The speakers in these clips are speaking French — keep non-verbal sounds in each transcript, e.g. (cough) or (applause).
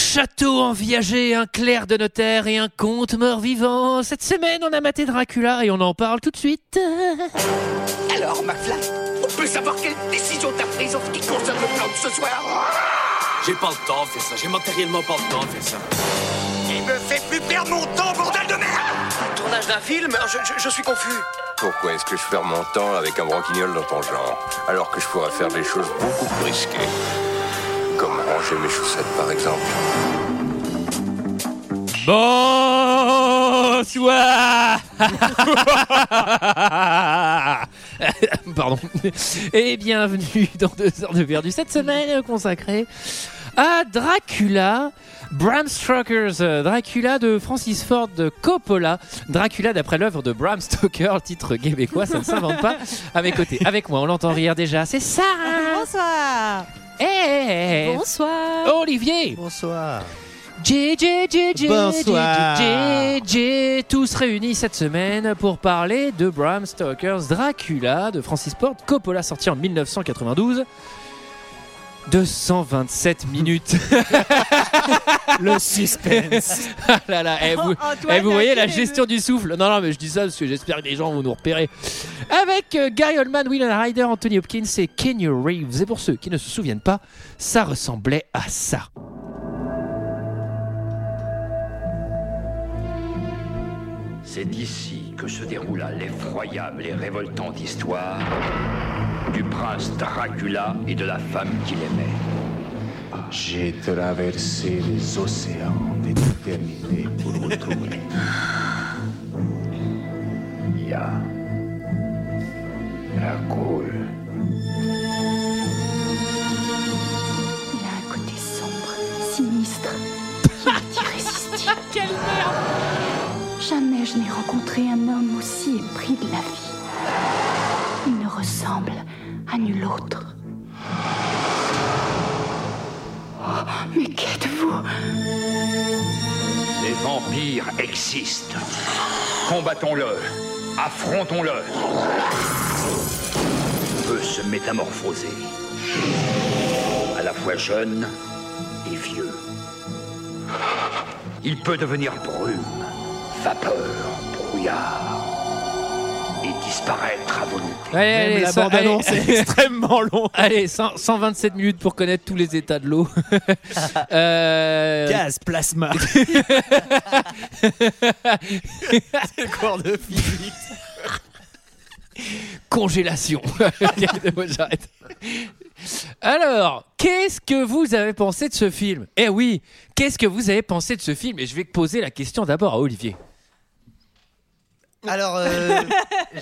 château en viager, un clerc de notaire et un comte mort-vivant. Cette semaine, on a maté Dracula et on en parle tout de suite. (laughs) Alors, McFly, on peut savoir quelle décision t'as prise en ce qui concerne le plan de ce soir J'ai pas le temps de faire ça, j'ai matériellement pas le temps de faire ça. Il me fait plus perdre mon temps, bordel de merde Tournage d'un film je, je- je suis confus. Pourquoi est-ce que je perds mon temps avec un broquignol dans ton genre Alors que je pourrais faire des choses beaucoup plus risquées. Comme ranger mes chaussettes par exemple. Bonsoir Pardon. Et bienvenue dans deux heures de perdu cette semaine consacrée à Dracula, Bram Stoker's euh, Dracula de Francis Ford de Coppola. Dracula d'après l'œuvre de Bram Stoker, titre québécois, ça ne s'invente pas. À mes côtés, avec moi, on l'entend rire déjà, c'est Eh, ça Bonsoir. Hey Bonsoir. Olivier Bonsoir. J, J, J, J, Bonsoir. J, J, J, tous réunis cette semaine pour parler de Bram Stoker's Dracula de Francis Ford Coppola sorti en 1992. 227 minutes. (laughs) Le suspense. (laughs) Ah là là, eh, vous, Oh, Antoine, eh, vous voyez la quel est le- (laughs) gestion du souffle. Non, non, mais je dis ça parce que j'espère que les gens vont nous repérer. Avec euh, Gary Oldman, William Ryder, Anthony Hopkins et Kenny Reeves. Et pour ceux qui ne se souviennent pas, ça ressemblait à ça. C'est d'ici que se déroula l'effroyable et révoltante histoire du prince Dracula et de la femme qu'il aimait. J'ai traversé les océans déterminés pour (laughs) retrouver. Ya. Dracul. Il a un côté sombre, sinistre, qui est irrésistible. (laughs) Quelle merde Jamais je n'ai rencontré un homme aussi épris de la vie. Il ne ressemble à nul autre. Oh, mais qu'êtes-vous Les vampires existent. Combattons-le. Affrontons-le. Il peut se métamorphoser. À la fois jeune et vieux. Il peut devenir brume, vapeur, brouillard et disparaître à volonté. Allez, Même la ça- bande-annonce allez. est extrêmement long. Allez, 100 127 minutes pour connaître tous les états de (laughs) l'eau. Euh, Gaz, plasma. C'est le cours de physique. congélation. (laughs) Moi, J'arrête. Alors, qu'est-ce que vous avez pensé de ce film Eh oui, qu'est-ce que vous avez pensé de ce film Et je vais poser la question d'abord à Olivier. Alors, euh,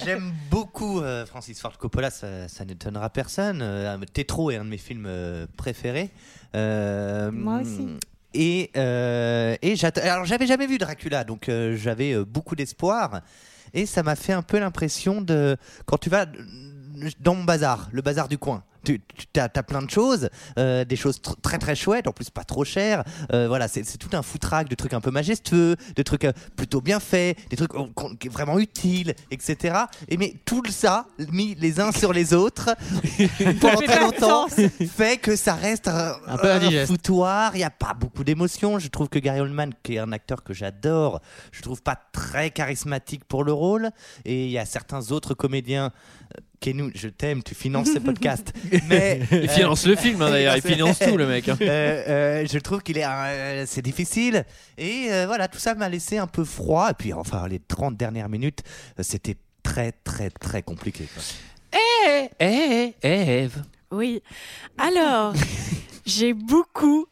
j'aime beaucoup euh, Francis Ford Coppola, ça, ça n'étonnera personne. Euh, Tétro est un de mes films euh, préférés. Euh, Moi aussi. Et, euh, et j'atte- alors, j'avais jamais vu Dracula, donc euh, j'avais euh, beaucoup d'espoir. Et ça m'a fait un peu l'impression de. Quand tu vas dans mon bazar, le bazar du coin. Tu, tu as, plein de choses, euh, des choses tr- très très chouettes, en plus pas trop chères. Euh, voilà, c'est c'est tout un foutraque de trucs un peu majestueux, de trucs euh, plutôt bien faits, des trucs euh, qu'on- qui est vraiment utiles, etc. Et mais tout le ça, mis les uns sur les (laughs) autres, pendant fait très pas longtemps, fait que ça reste euh, un, Un peu indigeste. foutoir. Il n'y a pas beaucoup d'émotions. Je trouve que Gary Oldman, qui est un acteur que j'adore, je trouve pas très charismatique pour le rôle. Et il y a certains autres comédiens. euh, Kenou, je t'aime, tu finances (laughs) ce podcast. Mais Il finance le film hein, d'ailleurs, il c'est- finance tout le mec. hein. euh, euh, je trouve qu'il est, un- euh, c'est difficile. Et euh, voilà, tout ça m'a laissé un peu froid. Et puis, enfin, les 30 dernières minutes, euh, c'était très, très, très compliqué. (laughs) quoi. Eh, eh, eh, Eve. Oui. (laughs) Alors, j'ai beaucoup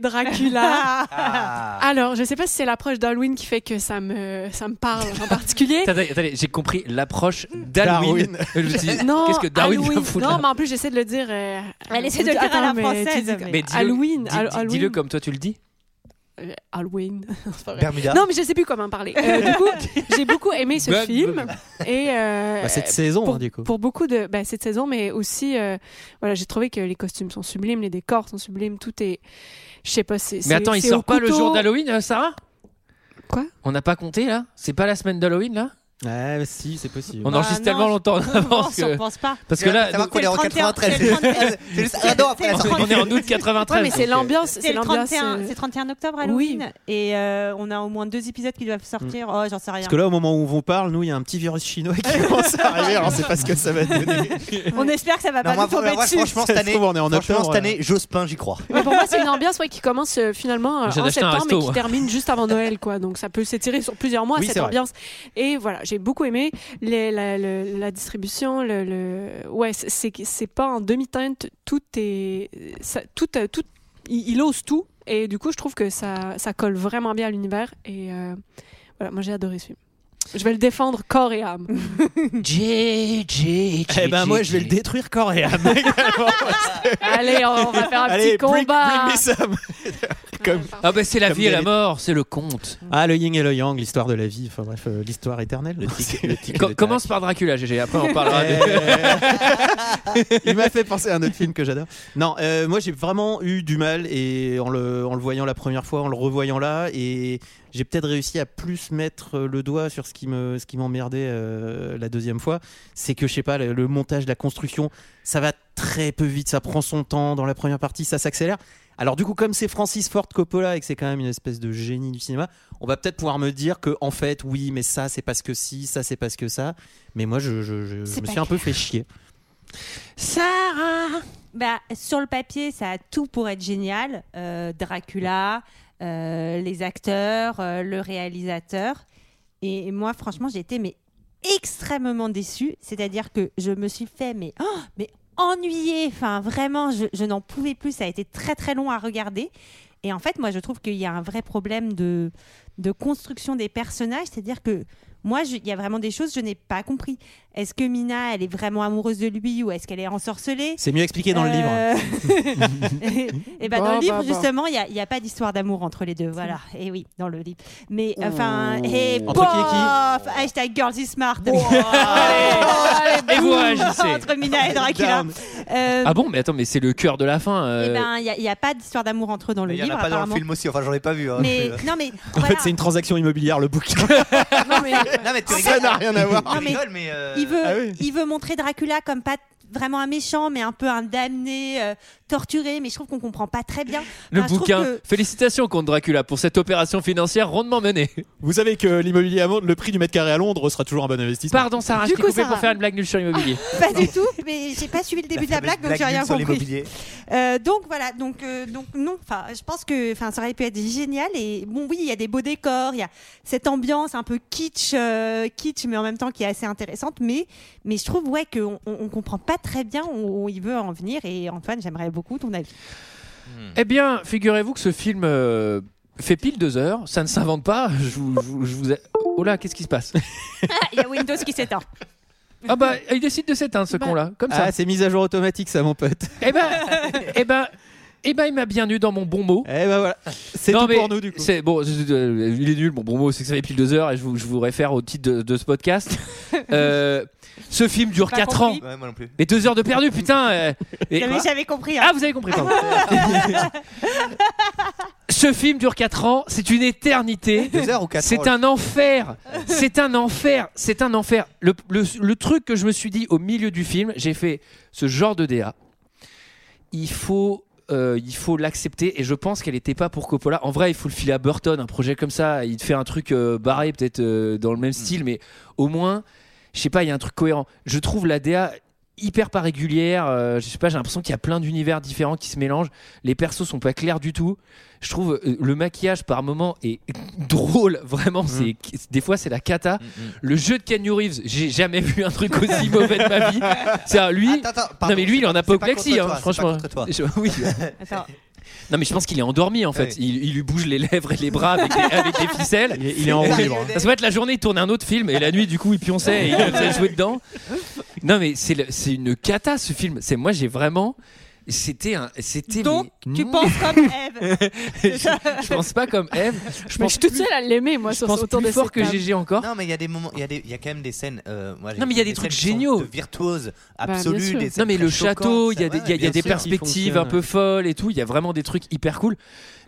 (laughs) Dracula. Ah. Alors, je sais pas si c'est l'approche d'Halloween qui fait que ça me, ça me parle en (laughs) particulier. Attendez, attendez, j'ai compris l'approche d'Halloween. (laughs) Je me suis dit, Non, qu'est-ce que Darwin Halloween. va foutre là Non, mais en plus, j'essaie de le dire. euh, Elle essaie de le Attends, dire à la mais française, tu dis- mais- Mais dis-le- Halloween. dis- Hall- dis- Halloween. Dis-le comme toi tu le dis. Euh, Halloween. C'est pas vrai. Ah. Bermuda. Non, mais je sais plus comment en parler. Euh, du coup, j'ai beaucoup aimé ce Bah, film. Et euh, hein, saison, pour, pour beaucoup de bah, cette saison, mais aussi, euh, voilà, j'ai trouvé que les costumes sont sublimes, les décors sont sublimes, tout est. Je sais pas, c'est. Mais attends, il sort pas le jour d'Halloween d'Halloween, euh, Sarah Quoi On n'a pas compté là C'est pas la semaine d'Halloween là Ouais, si, c'est possible. On Bah Ah, enregistre non, tellement je- (laughs) longtemps en avance on que. pense pas. Parce que là, savoir qu'on Ah, est en c'est le 93. 31, (laughs) C'est juste un an après la c'est sortie on du est film. en août 93. Ouais, mais c'est donc, euh, l'ambiance. C'est C'est le l'ambiance. 31, euh, c'est 31 octobre Halloween et euh, on a au moins deux épisodes qui doivent sortir. Mm. Oh, j'en sais rien. Parce que là, au moment où on parle, nous, il y a un petit virus chinois qui commence à arriver, alors on sait pas ce que ça va donner. On espère que ça va Non, pas moi, Ah bah, nous tomber moi, dessus. franchement, Ça cette se année, trouve, on est en franchement, octobre, cette année, Jospin, j'y crois. Mais pour moi, c'est une ambiance ouais, qui commence euh, finalement euh, J'ai en acheté un septembre, resto, mais qui moi. termine juste avant Noël, quoi. Donc ça peut s'étirer sur plusieurs mois Oui, cette c'est vrai. ambiance. Et voilà, j'ai beaucoup aimé les- la, le- la distribution. Le, le- ouais, c'est- c'est c'est pas en demi-teinte. Tout est, ça- tout, euh, tout, il, il ose tout. Et du coup, je trouve que ça, ça colle vraiment bien à l'univers. Et euh, voilà, moi j'ai adoré ce film. Je vais le défendre corps et âme. J, J, J, Eh ben, J, moi, je vais le J. détruire corps et âme également. Allez, on, on va faire un Allez, petit bring, combat. bring me some. Comme- Ah, ben c'est la Comme vie et la David. mort, c'est le conte. Ah, le yin et le yang, l'histoire de la vie, enfin bref, euh, l'histoire éternelle. (laughs) Com- commence par Dracula, GG, après (laughs) on parlera de. Eh. Il m'a fait penser à un autre film que j'adore. Non, euh, moi j'ai vraiment eu du mal et en le, en le voyant la première fois, en le revoyant là, et j'ai peut-être réussi à plus mettre euh, le doigt sur ce qui me, ce qui m'emmerdait euh, la deuxième fois. C'est que je sais pas, le, le montage, la construction, ça va très peu vite, ça prend son temps. Dans la première partie, ça s'accélère. Alors du coup, comme c'est Francis Ford Coppola et que c'est quand même une espèce de génie du cinéma, on va peut-être pouvoir me dire que en fait, oui, mais ça c'est parce que si, ça c'est parce que ça. Mais moi, je, je- je- je C'est me pas suis un peu fait chier. Sarah Bah, sur le papier, ça a tout pour être génial. Euh, Dracula, euh, les acteurs, euh, le réalisateur. Et moi, franchement, j'étais mais extrêmement déçue. C'est-à-dire que je me suis fait mais oh, mais ennuyée. Enfin, vraiment, je, je n'en pouvais plus. Ça a été très très long à regarder. Et en fait, moi, je trouve qu'il y a un vrai problème de de construction des personnages. C'est-à-dire que moi, je- il y a vraiment des choses que je n'ai pas compris. Est-ce que Mina, elle est vraiment amoureuse de lui ou est-ce qu'elle est ensorcelée C'est mieux expliqué Euh, dans le livre. (laughs) livre. (laughs) et ben dans Bah, le livre bah, bah. justement, il y a- il y a, pas d'histoire d'amour entre les deux. Voilà. Et oui, dans le livre. Mais Oh. enfin, et Entre qui et qui bof, hashtag girls is smart. (laughs) Allez, Et vous réagissez entre Mina et Dracula. Down. Euh, Ah bon, mais attends, mais c'est le cœur de la fin. euh. et ben il y a- il y, a pas d'histoire d'amour entre eux dans le Il y en livre a pas dans le apparemment. film aussi, enfin j'en ai pas vu. hein. Mais non mais En fait, voilà. c'est une transaction immobilière le bouquin. Non, mais- Non, mais tu ça rigoles, n'a rien à voir. tu Non, mais rigoles, mais. euh, il veut, Ah oui. il veut montrer Dracula comme pas vraiment un méchant, mais un peu un damné, euh, torturé. Mais je trouve qu'on comprend pas très bien. Le Enfin, je trouve bouquin. que- Félicitations contre Dracula pour cette opération financière rondement menée. (laughs) Vous savez que l'immobilier à Londres, le prix du mètre carré à Londres sera toujours un bon investissement. Pardon Sarah, je Du t'ai coup, coupé pour Sarah. faire une blague nulle sur l'immobilier. Pas du tout, mais j'ai pas suivi le début de la fameuse blague, donc j'ai rien nulle sur compris. l'immobilier. Euh, donc voilà, donc, euh, donc non, enfin, je pense que enfin, ça aurait pu être génial. Et bon, oui, il y a des beaux décors, il y a cette ambiance un peu kitsch, euh, kitsch, mais en même temps qui est assez intéressante. Mais, mais je trouve ouais, qu'on on, on comprend pas très bien où, où il veut en venir. Et Antoine, j'aimerais beaucoup ton avis. (laughs) Eh bien, figurez-vous que ce film euh, fait pile deux heures, ça ne s'invente pas. Je vous, je vous- je vous ai- Oh là, qu'est-ce qui se passe Il y a Windows qui s'éteint. Ah bah, il décide de s'éteindre ce Bah. con-là, comme ça. Ah, c'est mise à jour automatique, ça, mon pote. Eh (laughs) ben, eh ben, eh ben, il m'a bien eu dans mon bon mot. Eh ben voilà, c'est Non, tout mais pour nous du coup. C'est bon, c'est- euh, il est nul. Bon, bon mot, c'est que ça fait pile deux heures et je vous, je vous réfère au titre de, de ce (laughs) podcast. Euh, ce film dure Pas 4 ans. compris. Ouais, moi non plus. Mais deux heures de perdu, putain. euh, et- Non, mais j'avais compris. hein. ah, vous avez compris, pardon. ce film dure 4 ans. C'est une éternité. Deux heures ou quatre C'est heures, un enfer. C'est un enfer. C'est un enfer. Le, le- le truc que je me suis dit au milieu du film, j'ai fait ce genre de DA. Il faut. euh, il faut l'accepter et je pense qu'elle n'était pas pour Coppola. En vrai, il faut le filer à Burton, un projet comme ça. Il te fait un truc euh, barré, peut-être euh, dans le même Mm. style, mais au moins, je sais pas, il y a un truc cohérent. Je trouve la DA hyper pas régulière. euh, je sais pas, j'ai l'impression qu'il y a plein d'univers différents qui se mélangent. Les persos sont pas clairs du tout. Je trouve euh, le maquillage par moment est (laughs) drôle, vraiment. C'est des fois c'est la cata. Le jeu de Keanu Reeves, j'ai jamais vu un truc aussi mauvais de ma vie. C'est lui. Attends, attends, pardon, non mais lui il en a c'est pas au pas plexi, contre hein, toi, c'est franchement. pas contre toi. Je- oui. Attends. Non mais je pense qu'il est endormi en fait. Ouais. Il, il lui bouge les lèvres et les bras avec des, avec des ficelles. Il est, il (laughs) est en roue libre. hein. Ça se voit que la journée, il tournait un autre film et la nuit, du coup, il pionçait et il faisait jouer dedans. Non, mais c'est le- c'est une cata ce film. C'est moi, j'ai vraiment. C'était un. C'était. Donc, mais- Mmh. tu penses (laughs) comme Eve. je, (laughs) je pense pas comme Eve. Je (laughs) mais je pense suis toute plus- seule à l'aimer, moi, Je sur pense autour plus de fort cette que table. GG encore. Non, mais il y a des moments, il y, a des- il y a quand même des scènes. euh, moi, j'ai- Non, mais il y a des trucs scènes qui sont géniaux. De virtuoses, bien absolues. sûr. des Non scènes mais très le château, choquantes, il y a des, ouais, il y a- il y a bien des sûr. perspectives un peu folles et tout, il y a vraiment des trucs hyper cool.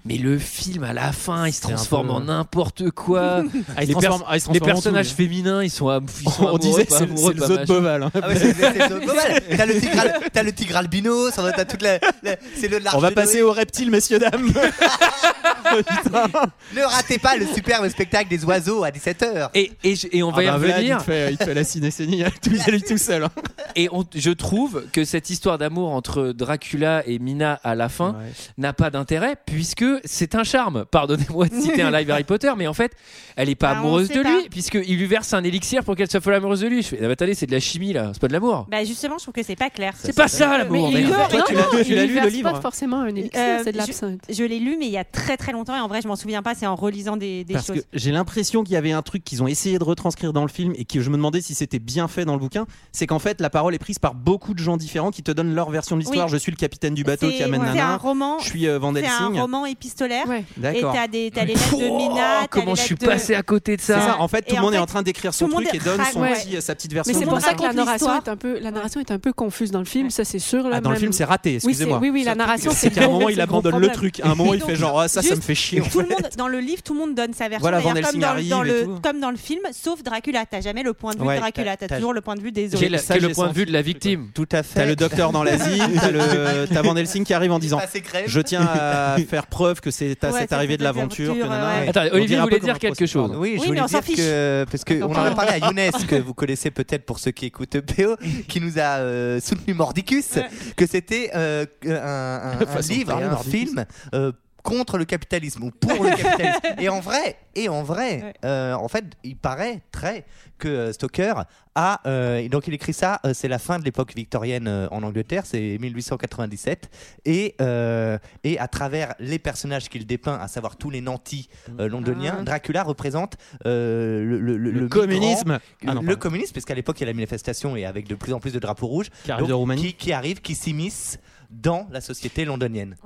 Mais le film à la fin, il se un transforme peu- en n'importe (laughs) quoi. Ah, il se les, transforme- ah, il se les transforme en personnages tout, féminins, ils sont, am- ils sont (laughs) On amoureux, disait, pas c'est le- amoureux, c'est le pas zoo de machin. Beauval, hein. Ah ouais, c'est- c'est- c'est le Beauval. T'as le tigre, al- t'as le tigre albino, ça doit- t'as toute la, la- c'est le On va passer aux reptiles, messieurs, dames. (laughs) Ah Ne ratez pas le superbe spectacle des oiseaux à 17h. Et, et, je- et on va Ah y bah, Vlad, revenir. il te fait, il te fait la cinécénie à tout, à lui tout seul. hein. Et on- je trouve que cette histoire d'amour entre Dracula et Mina à la fin n'a pas d'intérêt puisque c'est un charme. Pardonnez-moi de citer un live Harry Potter, mais en fait, elle n'est pas Bah, on amoureuse sait de pas. lui puisqu'il lui verse un élixir pour qu'elle se folle amoureuse de lui. Je fais, ah bah, attendez, c'est de la chimie là, c'est pas de l'amour. Bah justement, je trouve que c'est pas clair. C'est pas ça Mais l'amour. il merde. meurt- Toi, tu non, l'as- non, tu l'as il lu, verse le livre pas forcément un élixir, Euh, c'est de je- l'absinthe. Je l'ai lu, mais il y a très très longtemps et en vrai, je m'en souviens pas. C'est en relisant des, des Parce choses. que j'ai l'impression qu'il y avait un truc qu'ils ont essayé de retranscrire dans le film et que je me demandais si c'était bien fait dans le bouquin. C'est qu'en fait, la parole est prise par beaucoup de gens différents qui te donnent leur version de l'histoire. Oui. Je suis le capitaine du bateau C'est- qui amène ouais. C'est un Nana. roman. Je suis euh, Van C'est un Helsing. roman épistolaire. Ouais. Et D'accord. Oh, t'as des t'as les lettres de Mina. t'as Oh, Comment les je suis lettres de- passé à côté de C'est ça, ça. En fait, tout Et le en monde est fait, en train d'écrire tout son le monde truc et donne son raconte- petit- euh, sa petite version. Mais c'est monde pour ça que la raconte narration l'histoire. est un peu la narration est un peu confuse dans le film, ça c'est sûr. là, Ah, dans le même- film, c'est raté. Oui, c'est- Excusez-moi. oui, oui, la narration, C'est c'est qu'à un gros- moment, (laughs) c'est il le gros abandonne le problème. truc. À un moment, Et il donc, fait genre, ah, ça, ça me juste- fait chier. Tout le monde dans le livre, tout le monde donne sa version. Voilà, Van D'ailleurs, Helsing comme dans, arrive dans et le tout. comme dans le film, sauf Dracula, t'as jamais le point de vue Ouais, de Dracula, t'as- t'as t'as- toujours le point de vue des Quel autres. est Ça, le j'ai point de senti vue de la victime Tout à fait. T'as le docteur dans l'asile, t'as le- t'as Van Helsing qui arrive en disant Pas ses crèves. Je tiens à faire preuve que c'est à Ouais, cette c'est arrivée cette de l'aventure. que aventure, nanana. ouais. On Attends, dirait Olivier un peu voulait comme dire un quelque procès-verbal. chose. Oui, je Oui, voulais mais on s'en dire fiche. que parce que On on en parle. a parlé à Younes que vous connaissez peut-être pour ceux qui écoutent PO qui nous a euh, soutenu Mordicus Ouais. que c'était euh, un, un- un Façon de livre, parler, un Mordicus. film euh, contre le capitalisme ou pour le capitalisme. et en vrai, et en vrai, Ouais. euh, en fait, il paraît très que euh, Stoker a euh, et donc il écrit ça. euh, c'est la fin de l'époque victorienne euh, en Angleterre, c'est 1897 et euh, et à travers les personnages qu'il dépeint, à savoir tous les nantis euh, londoniens, Ah. Dracula représente euh, le, le- le- Le, le communisme migrant, Ah non, le pardon. communisme, parce qu'à l'époque il y a la manifestation et avec de plus en plus de drapeaux rouges Qui arrive de Roumanie. qui, qui arrive, qui s'immisce dans la société londonienne.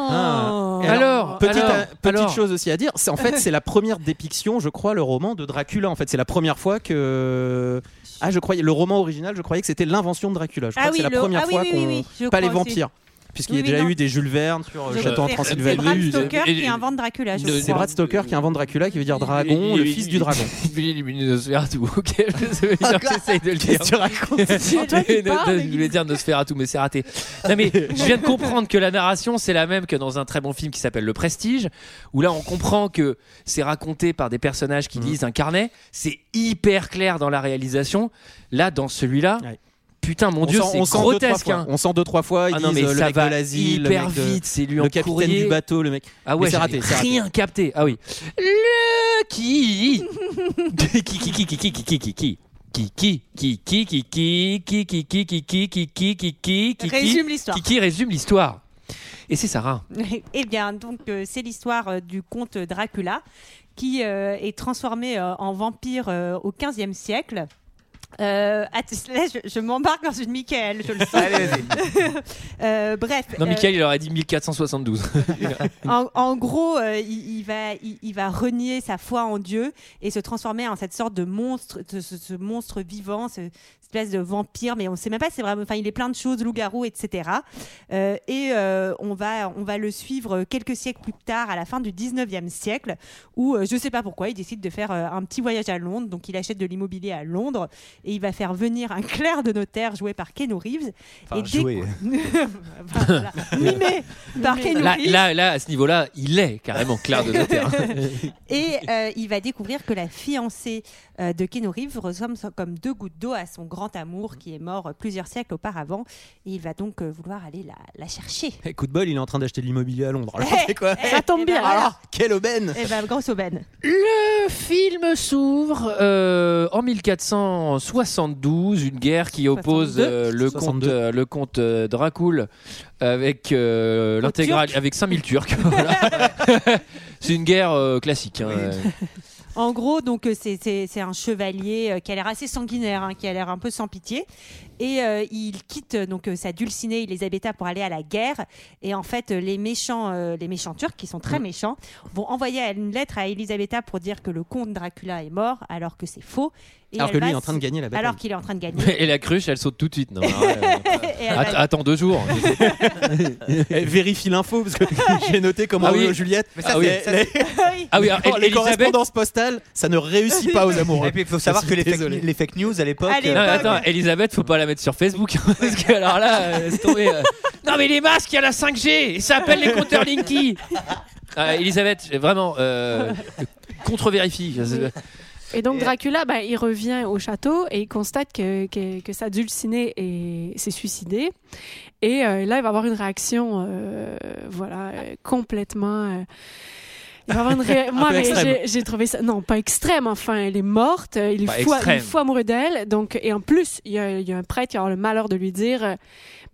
Ah. Et Alors, Petite, alors, euh, petite alors. chose aussi à dire, c'est en fait c'est la première dépiction, je crois, le roman de Dracula. En fait, c'est la première fois que ah je croyais le roman original, je croyais que c'était l'invention de Dracula. Je crois Ah que oui, c'est la le- première ah oui, fois oui, oui, qu'on oui, je pas les crois aussi. vampires, puisqu'il y a Oui, oui, déjà non. eu des Jules Verne sur euh, Je- Château en c'est- Transylvanie. C'est Bram Transylvanie, Stoker et- qui invente Dracula. je de- C'est crois. Brad Stoker qui invente Dracula qui veut dire dragon, le fils (laughs) du dragon. Ah, ok, je sais pas, j'essaye de le dire. (laughs) Antoine, il Non, parle, non, Je voulais dire Nosferatu, mais c'est raté. Non, mais je viens de comprendre que la narration, c'est la même que dans un très bon film qui s'appelle Le Prestige, où là, on comprend que c'est raconté par des personnages Mm. qui lisent un carnet. C'est hyper clair dans la réalisation. Là, dans celui-là, Ouais. putain, mon dieu, sent- c'est sent deux, trois grotesque. fois. hein. On sent deux trois fois, ils Ah non, disent mais euh, le ça mec de va l'asile, le hyper mec de- vite. C'est lui en le capitaine courrier. du bateau, le mec. Ah Mais ouais, c'est raté, j'avais c'est raté. rien capté. Ah oui. Le qui qui qui qui qui qui qui qui qui qui qui qui qui qui qui qui qui qui qui qui qui qui qui qui qui qui Résume l'histoire. qui qui résume l'histoire. Et c'est Sarah. Eh bien, donc euh, c'est l'histoire euh, du comte Dracula qui euh, est transformé euh, en vampire euh, au 15e siècle. Euh, att- (laughs) là, je, je m'embarque dans une Michael, je le sens. (laughs) Euh, bref. Non, euh, Michael, il aurait dit 1472. en, en gros, euh, il, il va, il, il va renier sa foi en Dieu et se transformer en cette sorte de monstre, de ce, ce monstre vivant, ce, cette espèce de vampire, mais on ne sait même pas, si c'est vraiment, enfin, il est plein de choses, loup-garou, etc. Euh, et euh, on, va, on va le suivre quelques siècles plus tard, à la fin du 19e siècle, où euh, je ne sais pas pourquoi, il décide de faire euh, un petit voyage à Londres. Donc, il achète de l'immobilier à Londres et il va faire venir un clerc de notaire joué par Keanu Reeves. Enfin, et dès- joué. (laughs) Enfin, (laughs) voilà. Mimé par Keanu Là, Reeves. là, là, à ce niveau-là, il est carrément clair de notaire. Et euh, il va découvrir que la fiancée euh, de Keanu Reeves ressemble so- comme deux gouttes d'eau à son grand amour qui est mort euh, plusieurs siècles auparavant. Et il va donc euh, vouloir aller la, la (laughs) chercher. Eh, Coup de bol, il est en train d'acheter de l'immobilier à Londres. Alors, Eh, (laughs) c'est quoi eh, tombe eh bien. ben voilà. Alors, quelle aubaine Eh ben, grosse aubaine. Le film s'ouvre euh, en 1472, une guerre qui oppose 62. euh, le comte 62. euh, le comte euh, Dracul avec euh, l'intégral avec 5000 Turcs. (laughs) Voilà. C'est une guerre euh, classique. hein. En gros, donc euh, c'est- c'est c'est un chevalier euh, qui a l'air assez sanguinaire, hein, qui a l'air un peu sans pitié, Et euh, il quitte euh, donc euh, sa dulcinée Elisabetta pour aller à la guerre. Et en fait, euh, les méchants, euh, les méchants turcs, qui sont Mm. très méchants, vont envoyer une lettre à Elisabetta pour dire que le comte Dracula est mort, alors que c'est faux. Et Alors elle que lui va est en train de se- gagner la bataille. Alors qu'il est en train de (laughs) gagner. Et la cruche, elle saute tout de suite. Non, alors, euh, Et elle att- va- attends deux jours. (laughs) Eh, Vérifie l'info (laughs) parce que j'ai noté comment Ah oui. Roméo et Juliette. Mais ça, c'est- les- ça, les- (laughs) Ah oui, Non, El- Oh, les Elisabeth- correspondances postales, ça ne réussit pas (laughs) aux amoureux. Et puis, il faut savoir Je que suis les fake, désolé. les fake news à l'époque. Non, mais attends, Elisabeth, faut pas la mettre sur Facebook. (laughs) parce que alors là, euh, laisse tomber, euh. (laughs) Non, mais les masques, il y a la 5G. Et ça appelle les compteurs Linky. Ah, Elisabeth, vraiment, euh, contre-vérifie. (laughs) Et donc Dracula, ben, il revient au château et il constate que, que, que sa dulcinée est- s'est suicidée. Et euh, là, il va avoir une réaction, euh, voilà, euh, complètement. euh, il va avoir une ré- (laughs) Un Moi, peu mais extrême. j'ai- j'ai trouvé ça. Non, pas extrême. Enfin, elle est morte. euh, Il est Pas fou, il est extrême. fou amoureux d'elle. Donc, et en plus, il y, a, il y a un prêtre qui a le malheur de lui dire. euh,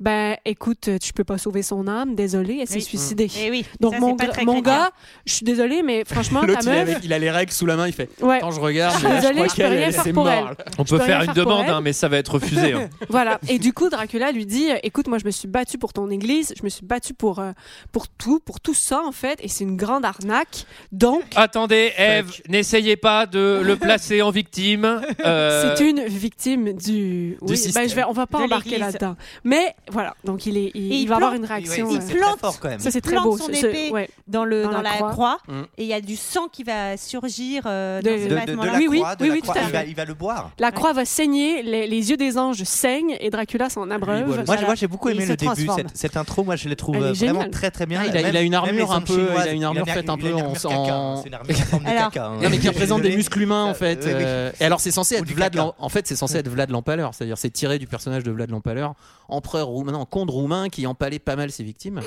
Ben, écoute, tu peux pas sauver son âme, désolé, elle s'est suicidée. Eh oui, Donc, ça, mon, c'est pas gr- très mon chrétien. gars, je suis désolée, mais franchement, L'autre, ta il, meuf. avait- il a les règles sous la main, il fait. Ouais. Quand je regarde, Je suis désolée, crois je peux qu'elle, rien elle, faire c'est pour mort. elle. On Je peut peux faire rien une faire pour demande, elle. hein, mais ça va être refusé. hein. voilà. Et du coup, Dracula lui dit euh, Écoute, moi, je me suis battu pour ton église, je me suis battu pour, euh, pour tout, pour tout ça, en fait, et c'est une grande arnaque. Donc, (laughs) Attendez, Eve, n'essayez pas de le placer en victime. Euh, c'est une victime du. Oui, système. ben, je vais... on va pas De embarquer l'Église. là-dedans. Mais voilà, donc il, est, il, Et il il va avoir plante- une réaction. Il euh, plante, Ça, c'est il très plante beau. son ce- ce- épée ouais. dans, le, Dans dans, la la croix. croix, Mm. et il y a du sang qui va surgir euh, De- dans ce de- de- de, de battement-là. la croix, de oui, la oui, tout croix. à Il va, fait. il va le boire. La croix va saigner, les, les yeux des anges saignent et Dracula s'en abreuve. Moi, j'ai- Voilà. moi, j'ai beaucoup Et il aimé se le début. transforme. Cette, cette intro, moi, je la trouve Elle est euh, vraiment géniale. très très bien. Ah, il a- Même- il a une même armure les un armes peu- il a chinoises, une il armure a- faite un il a peu une en- armure caca, en- hein. C'est une armure en forme de Alors- caca. hein. Non, mais qui représente des Désolé. muscles humains en fait. Oui, oui. Euh, et alors c'est censé être Vlad. caca. Mm. l'Em- En fait, c'est censé être Vlad l'Empaleur, c'est-à-dire c'est tiré du personnage de Vlad l'Empaleur, empereur roumain, non, comte roumain qui empalait pas mal ses victimes.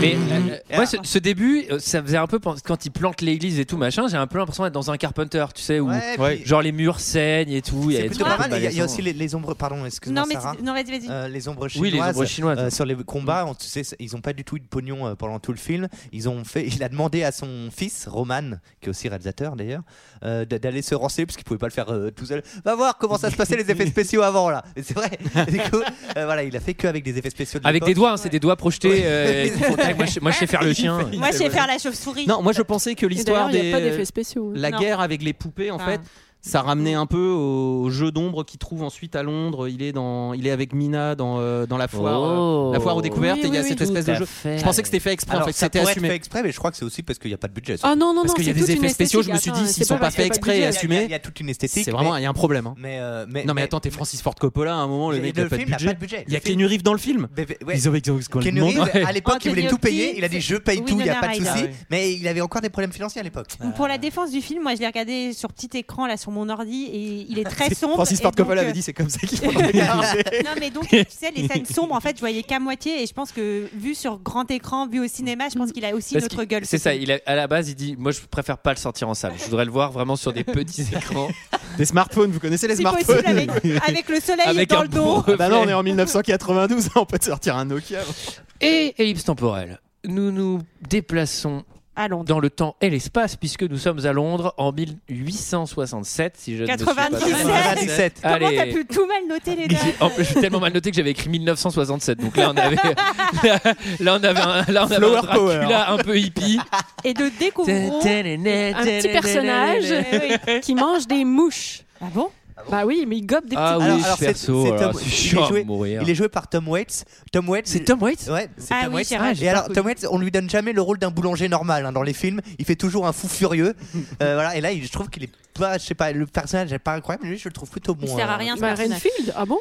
Mais euh, euh, moi, ce, ce début, euh, ça faisait un peu penser- quand il plante l'église et tout machin, j'ai un peu l'impression d'être dans un Carpenter, tu sais, où Ouais, puis- genre les murs saignent et tout. il y a C'est des plutôt trucs un pas mal. peu Il y a- il y a malaisants. aussi les, les ombres, pardon, excuse-moi Non, mais Sarah. tu- non, vas-y, vas-y. Euh, les ombres Oui, chinoises. les ombres chinoises. euh, sur les combats, on, tu sais, ils ont pas du tout eu de pognon euh, pendant tout le film. Ils ont fait, il a demandé à son fils Roman, qui est aussi réalisateur d'ailleurs, euh, d- d'aller se renseigner parce qu'il pouvait pas le faire euh, tout seul. Va voir comment ça se passait les effets spéciaux avant là. Et C'est vrai. (laughs) Du coup, euh, voilà, il a fait que avec des effets spéciaux. de Avec des l'époque. doigts, hein, c'est des doigts projetés. Ouais. euh, qui font tac. moi, je, moi, je sais faire le chien. Moi, je sais faire la chauve-souris. Non, moi je pensais que l'histoire d'ailleurs, il des y a euh, pas d'effets spéciaux, hein. la Non. guerre avec les poupées en Ah. fait, ça ramenait un peu au jeu d'ombre qu'il trouve ensuite à Londres. Il est dans, il est avec Mina dans, euh, dans la foire, Oh. euh, la foire aux découvertes. Oui, et il y a oui, cette oui, espèce tout de à jeu. fait. Je pensais que c'était fait exprès. en Alors, fait, que ça c'était pourrait assumé. être fait exprès, mais je crois que c'est aussi parce qu'il n'y a pas de budget. Ah non, non, Parce non, qu'il y a c'est des toute effets une spéciaux, je me esthétique. suis dit, Attends, s'ils c'est sont pas pas parce faits qu'il y a exprès de et budget. assumés, Il y a toute une esthétique, C'est vraiment, mais- il y a un problème. hein. Mais, euh, mais- non, mais, mais- attends, t'es Francis Ford Coppola à un moment, le Mais mec le n'a pas, de film n'a pas budget. de budget. Il y a Le film- Keanu Reeves dans le film. Mais- mais- ouais. Ils avaient Keanu Reeves, à l'époque, il Anthony voulait tout payer, Hopkins, il a dit je paye tout, il Winona n'y a pas de souci, Ryder. mais il avait encore des problèmes financiers à l'époque. Pour la défense du film, moi je l'ai regardé sur petit écran là sur mon ordi et il est très sombre. Francis et Ford donc, Coppola euh, avait dit c'est comme ça qu'il faut. non mais donc tu sais les scènes sombres en fait je voyais qu'à moitié et je pense que vu sur grand écran vu au cinéma je pense qu'il a aussi Parce notre qu'il- gueule. C'est ça, il a- à la base il dit Moi je préfère pas le sortir en salle, je voudrais le voir vraiment sur (laughs) des petits écrans. Des smartphones, vous connaissez les Si smartphones possible avec, avec le soleil Avec dans un le dos. beau- Bah non, on est en 1992, on peut te sortir un Nokia. Et ellipse temporelle, nous nous déplaçons à Londres. dans le temps et l'espace puisque nous sommes à Londres en 1867 si je ne me suis pas 97. trompé. Comment t'as Allez. pu tout mal noter (laughs) les dates En plus, j'ai tellement mal noté que j'avais écrit 1967. Donc là, on (laughs) avait, là, on avait, un, là, on avait un Flower power. Dracula un peu hippie. Et de découvrir Un petit personnage qui mange des mouches. Ah bon Bah oui, mais il gobe des petits Ah oui, Alors, alors, c'est- perso, c'est alors, Tom- c'est il est chiant à joué- mourir. Il est joué par Tom Waits. Tom Waits. C'est Tom Waits Ouais, c'est Ah Tom oui, Waits. j'ai ra- j'ai Et pas alors, reconnu. Tom Waits, on lui donne jamais le rôle d'un boulanger normal hein, dans les films. Il fait toujours un fou (laughs) furieux. Euh, voilà, et là, il- je trouve qu'il est pas, je sais pas, le personnage n'est pas incroyable, mais lui, je le trouve plutôt bon. Il sert à euh, rien ce Bah, personnage. Renfield, ah bon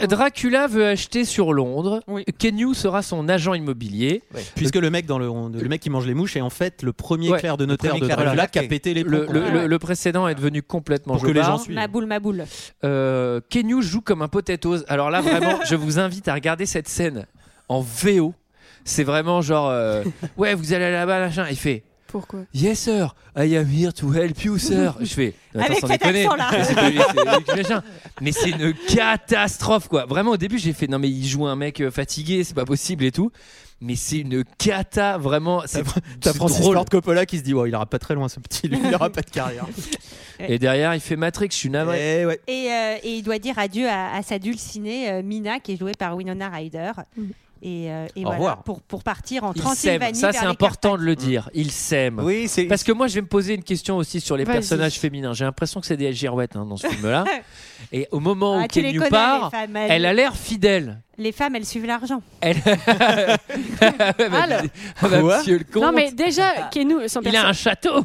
Euh, Dracula veut acheter sur Londres. Kenyu sera son agent immobilier. Puisque le mec, dans le, on- le mec qui mange les mouches est en fait le premier Ouais, clerc de notaire premier de clerc de Dracula notaire qui a qui- pété les Le, plombs, le- quoi. le- le précédent est devenu complètement Pour que les jobard. gens suivent. Ma boule, ma boule. Euh, Kenyu joue comme un potatoes. Alors là, (laughs) vraiment, je vous invite à regarder cette (laughs) scène en VO. C'est vraiment genre, euh, ouais, vous allez là-bas, machin. Il fait, Pourquoi Yes, sir, I am here to help you, (laughs) sir. Je fais. attends, Avec sans cet déconner, accent-là. mais (laughs) c'est pas lui, c'est Luc Mélenchon. Mais c'est une catastrophe, quoi. Vraiment, au début, j'ai fait non, mais il joue un mec euh, fatigué, c'est pas possible et tout. Mais c'est une cata, vraiment. C'est T'as c'est Francis drôle. Ford Coppola qui se dit, ouais, il ira pas très loin ce petit, lui, il aura pas de carrière. Eh Et derrière, il fait Matrix, je suis Ah navré. Et, euh, et il doit dire adieu à, à sa dulcinée euh, Mina, qui est jouée par Winona Ryder. Et, euh, Mm. Au et voilà, revoir. pour, pour partir en Il s'aime, Transylvanie. ça vers c'est les important de le dire. Il s'aime. Oui, c'est parce que moi je vais me poser une question aussi sur les Vas-y. personnages féminins. J'ai l'impression que c'est des girouettes hein, dans ce (laughs) film-là. Et au moment Ah, où tu les Ken New connais, part, les femmes, elles- elle a l'air fidèle. Car- Les femmes, elles (laughs) suivent l'argent. Elle. Eh Alors, Monsieur le comte. Non, mais déjà, euh, Kenou, son Ah. Il a un perso- château.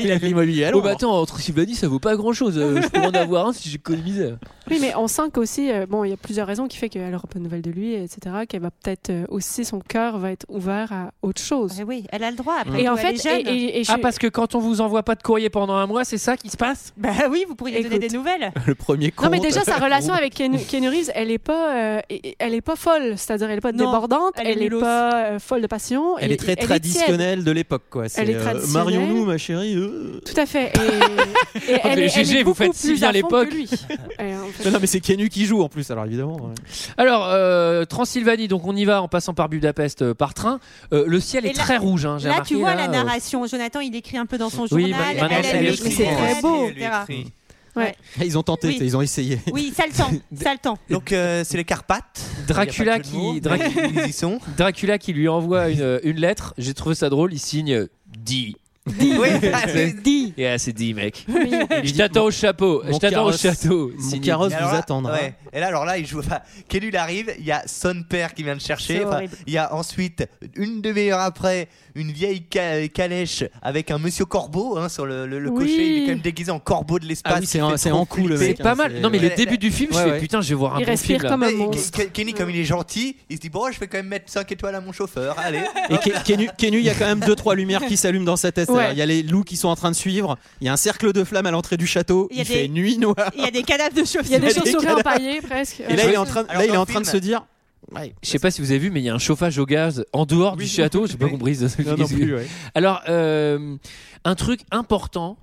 il a de l'immobilier à Oh bah attends, entre Sylvanie, ça vaut pas grand chose. je pourrais en avoir un si j'économisais. Oui, mais on sent qu'aussi, euh, bon, il y a plusieurs raisons qui fait qu'elle n'aura pas de nouvelles de lui, etc., qu'elle va peut-être euh, aussi, son cœur va être ouvert à autre chose. oui, elle a le droit. et en fait, et, et- et je- Ah parce que quand on vous envoie pas de courrier pendant un mois, c'est ça qui se passe Bah oui, vous pourriez donner des nouvelles. Le premier Non mais déjà sa (laughs) relation avec Keanu, Keanu Reeves, elle est pas, euh, elle est pas folle, c'est-à-dire elle est pas Non, débordante, elle est elle est nulos. pas euh, folle de passion. Elle est très tiède. traditionnelle de l'époque, quoi. C'est, Elle est euh, traditionnelle. Marions-nous, ma chérie. euh. Tout (laughs) à fait. Et, et Ah, elle, mais est- elle GG, est vous beaucoup faites si plus bien à fond que l'époque. (laughs) lui. Et en fait- Non, non, mais c'est Kenu qui joue en plus, alors évidemment. ouais. Alors euh, Transylvanie, donc on y va en passant par Budapest euh, par train. Euh, le ciel Et est là- très rouge. hein, j'ai Là, remarqué, tu vois là, la euh, narration. Jonathan, il écrit un peu dans son Oui, bah, journal. maintenant, elle, c'est elle bien écrit, écrit. etc. C'est beau. Ouais. Ils ont tenté, Oui. ils ont essayé. Oui, ça (laughs) le sent, ça le sent. Donc euh, c'est les Carpates. Dracula Il y a pas de jeu de mots, qui, mais Drac- (laughs) ils y sont. Dracula qui lui envoie une, euh, une lettre. J'ai trouvé ça drôle. Il signe euh, D. Oui, D. Yeah, (laughs) c'est D, mec. Oui. Je t'attends au chapeau. Mon Je t'attends au carrosse- château. mon Signé. carrosse Et vous alors là- attendra. ouais. hein. Et là, alors là, il joue. Enfin, Kelly, il arrive. Il y a son père qui vient le chercher. C'est Enfin, horrible. il y a ensuite, une demi-heure après, une vieille ca- calèche avec un monsieur corbeau hein, sur le, le- le Oui. cocher. Il est quand même déguisé en corbeau de l'espace. Ah oui, c'est Il un- fait c'est trop en cool, le flipper. C'est mec, pas hein, mal. c'est- Non, mais le Ouais. début du film, je Ouais, fais ouais. putain, je vais voir un Il bon film. respire là. comme un Et monstre. Ke- Ke- Kenny, Mm. comme il est gentil, il se dit Bon, je vais quand même mettre 5 étoiles à mon (laughs) chauffeur. Allez. Et Ke- Kenu, Kenu, il y a quand même deux trois lumières qui s'allument dans sa tête. Ouais. C'est-à-dire, Il y a les loups qui sont en train de suivre. Il y a un cercle de flammes à l'entrée du château. Il y Il, a des- fait nuit noire. Il y a des cadavres de Il y a chauffeurs. des Il y a des chauves-souris cadavres. empaillées presque. Et là, Euh, il est en train, de- Alors, là, il est dans en le train de film- se dire. Je sais pas si vous avez vu, mais il y a un chauffage au gaz en dehors du château. J'ai pas Oui. compris. ça. Non, non plus. ouais. Alors, euh, un truc important,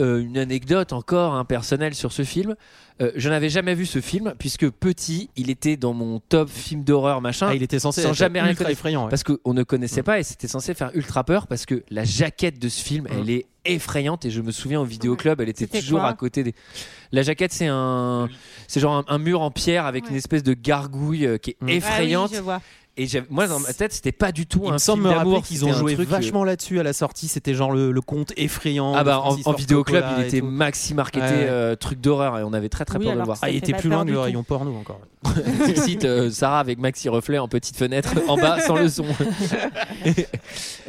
euh, une anecdote encore hein, personnelle sur ce film. Euh, je n'avais jamais vu ce film puisque petit, il était dans mon top film d'horreur machin. Ah, il était censé Sans être jamais rien ultra connaître. effrayant. ouais. Mm. Parce qu'on ne connaissait pas et c'était censé faire ultra peur parce que la jaquette de ce film, Mm. elle est effrayante et je me souviens au vidéoclub, elle était C'était toujours quoi à côté des. La jaquette, c'est un, c'est genre un, un mur en pierre avec Ouais. Ah une espèce de gargouille euh, qui est Mm. effrayante. Ah je vois. Et j'avais- moi dans ma tête, c'était pas du tout Il un me semble me film rappeler d'amour. qu'ils c'était ont un joué truc, euh, vachement là-dessus à la sortie. C'était genre le, le conte effrayant. Ah de bah en, Francis en Ford vidéoclub, Coppola il et était tout. maxi-marketé Ouais, ouais. euh, truc d'horreur et on avait très très Oui, peur de le alors voir. ça Ah, il fait était pas plus peur loin que du le tout. rayon porno encore. Je cite euh, Sarah avec Maxi Reflet en petite fenêtre en bas sans le son. Et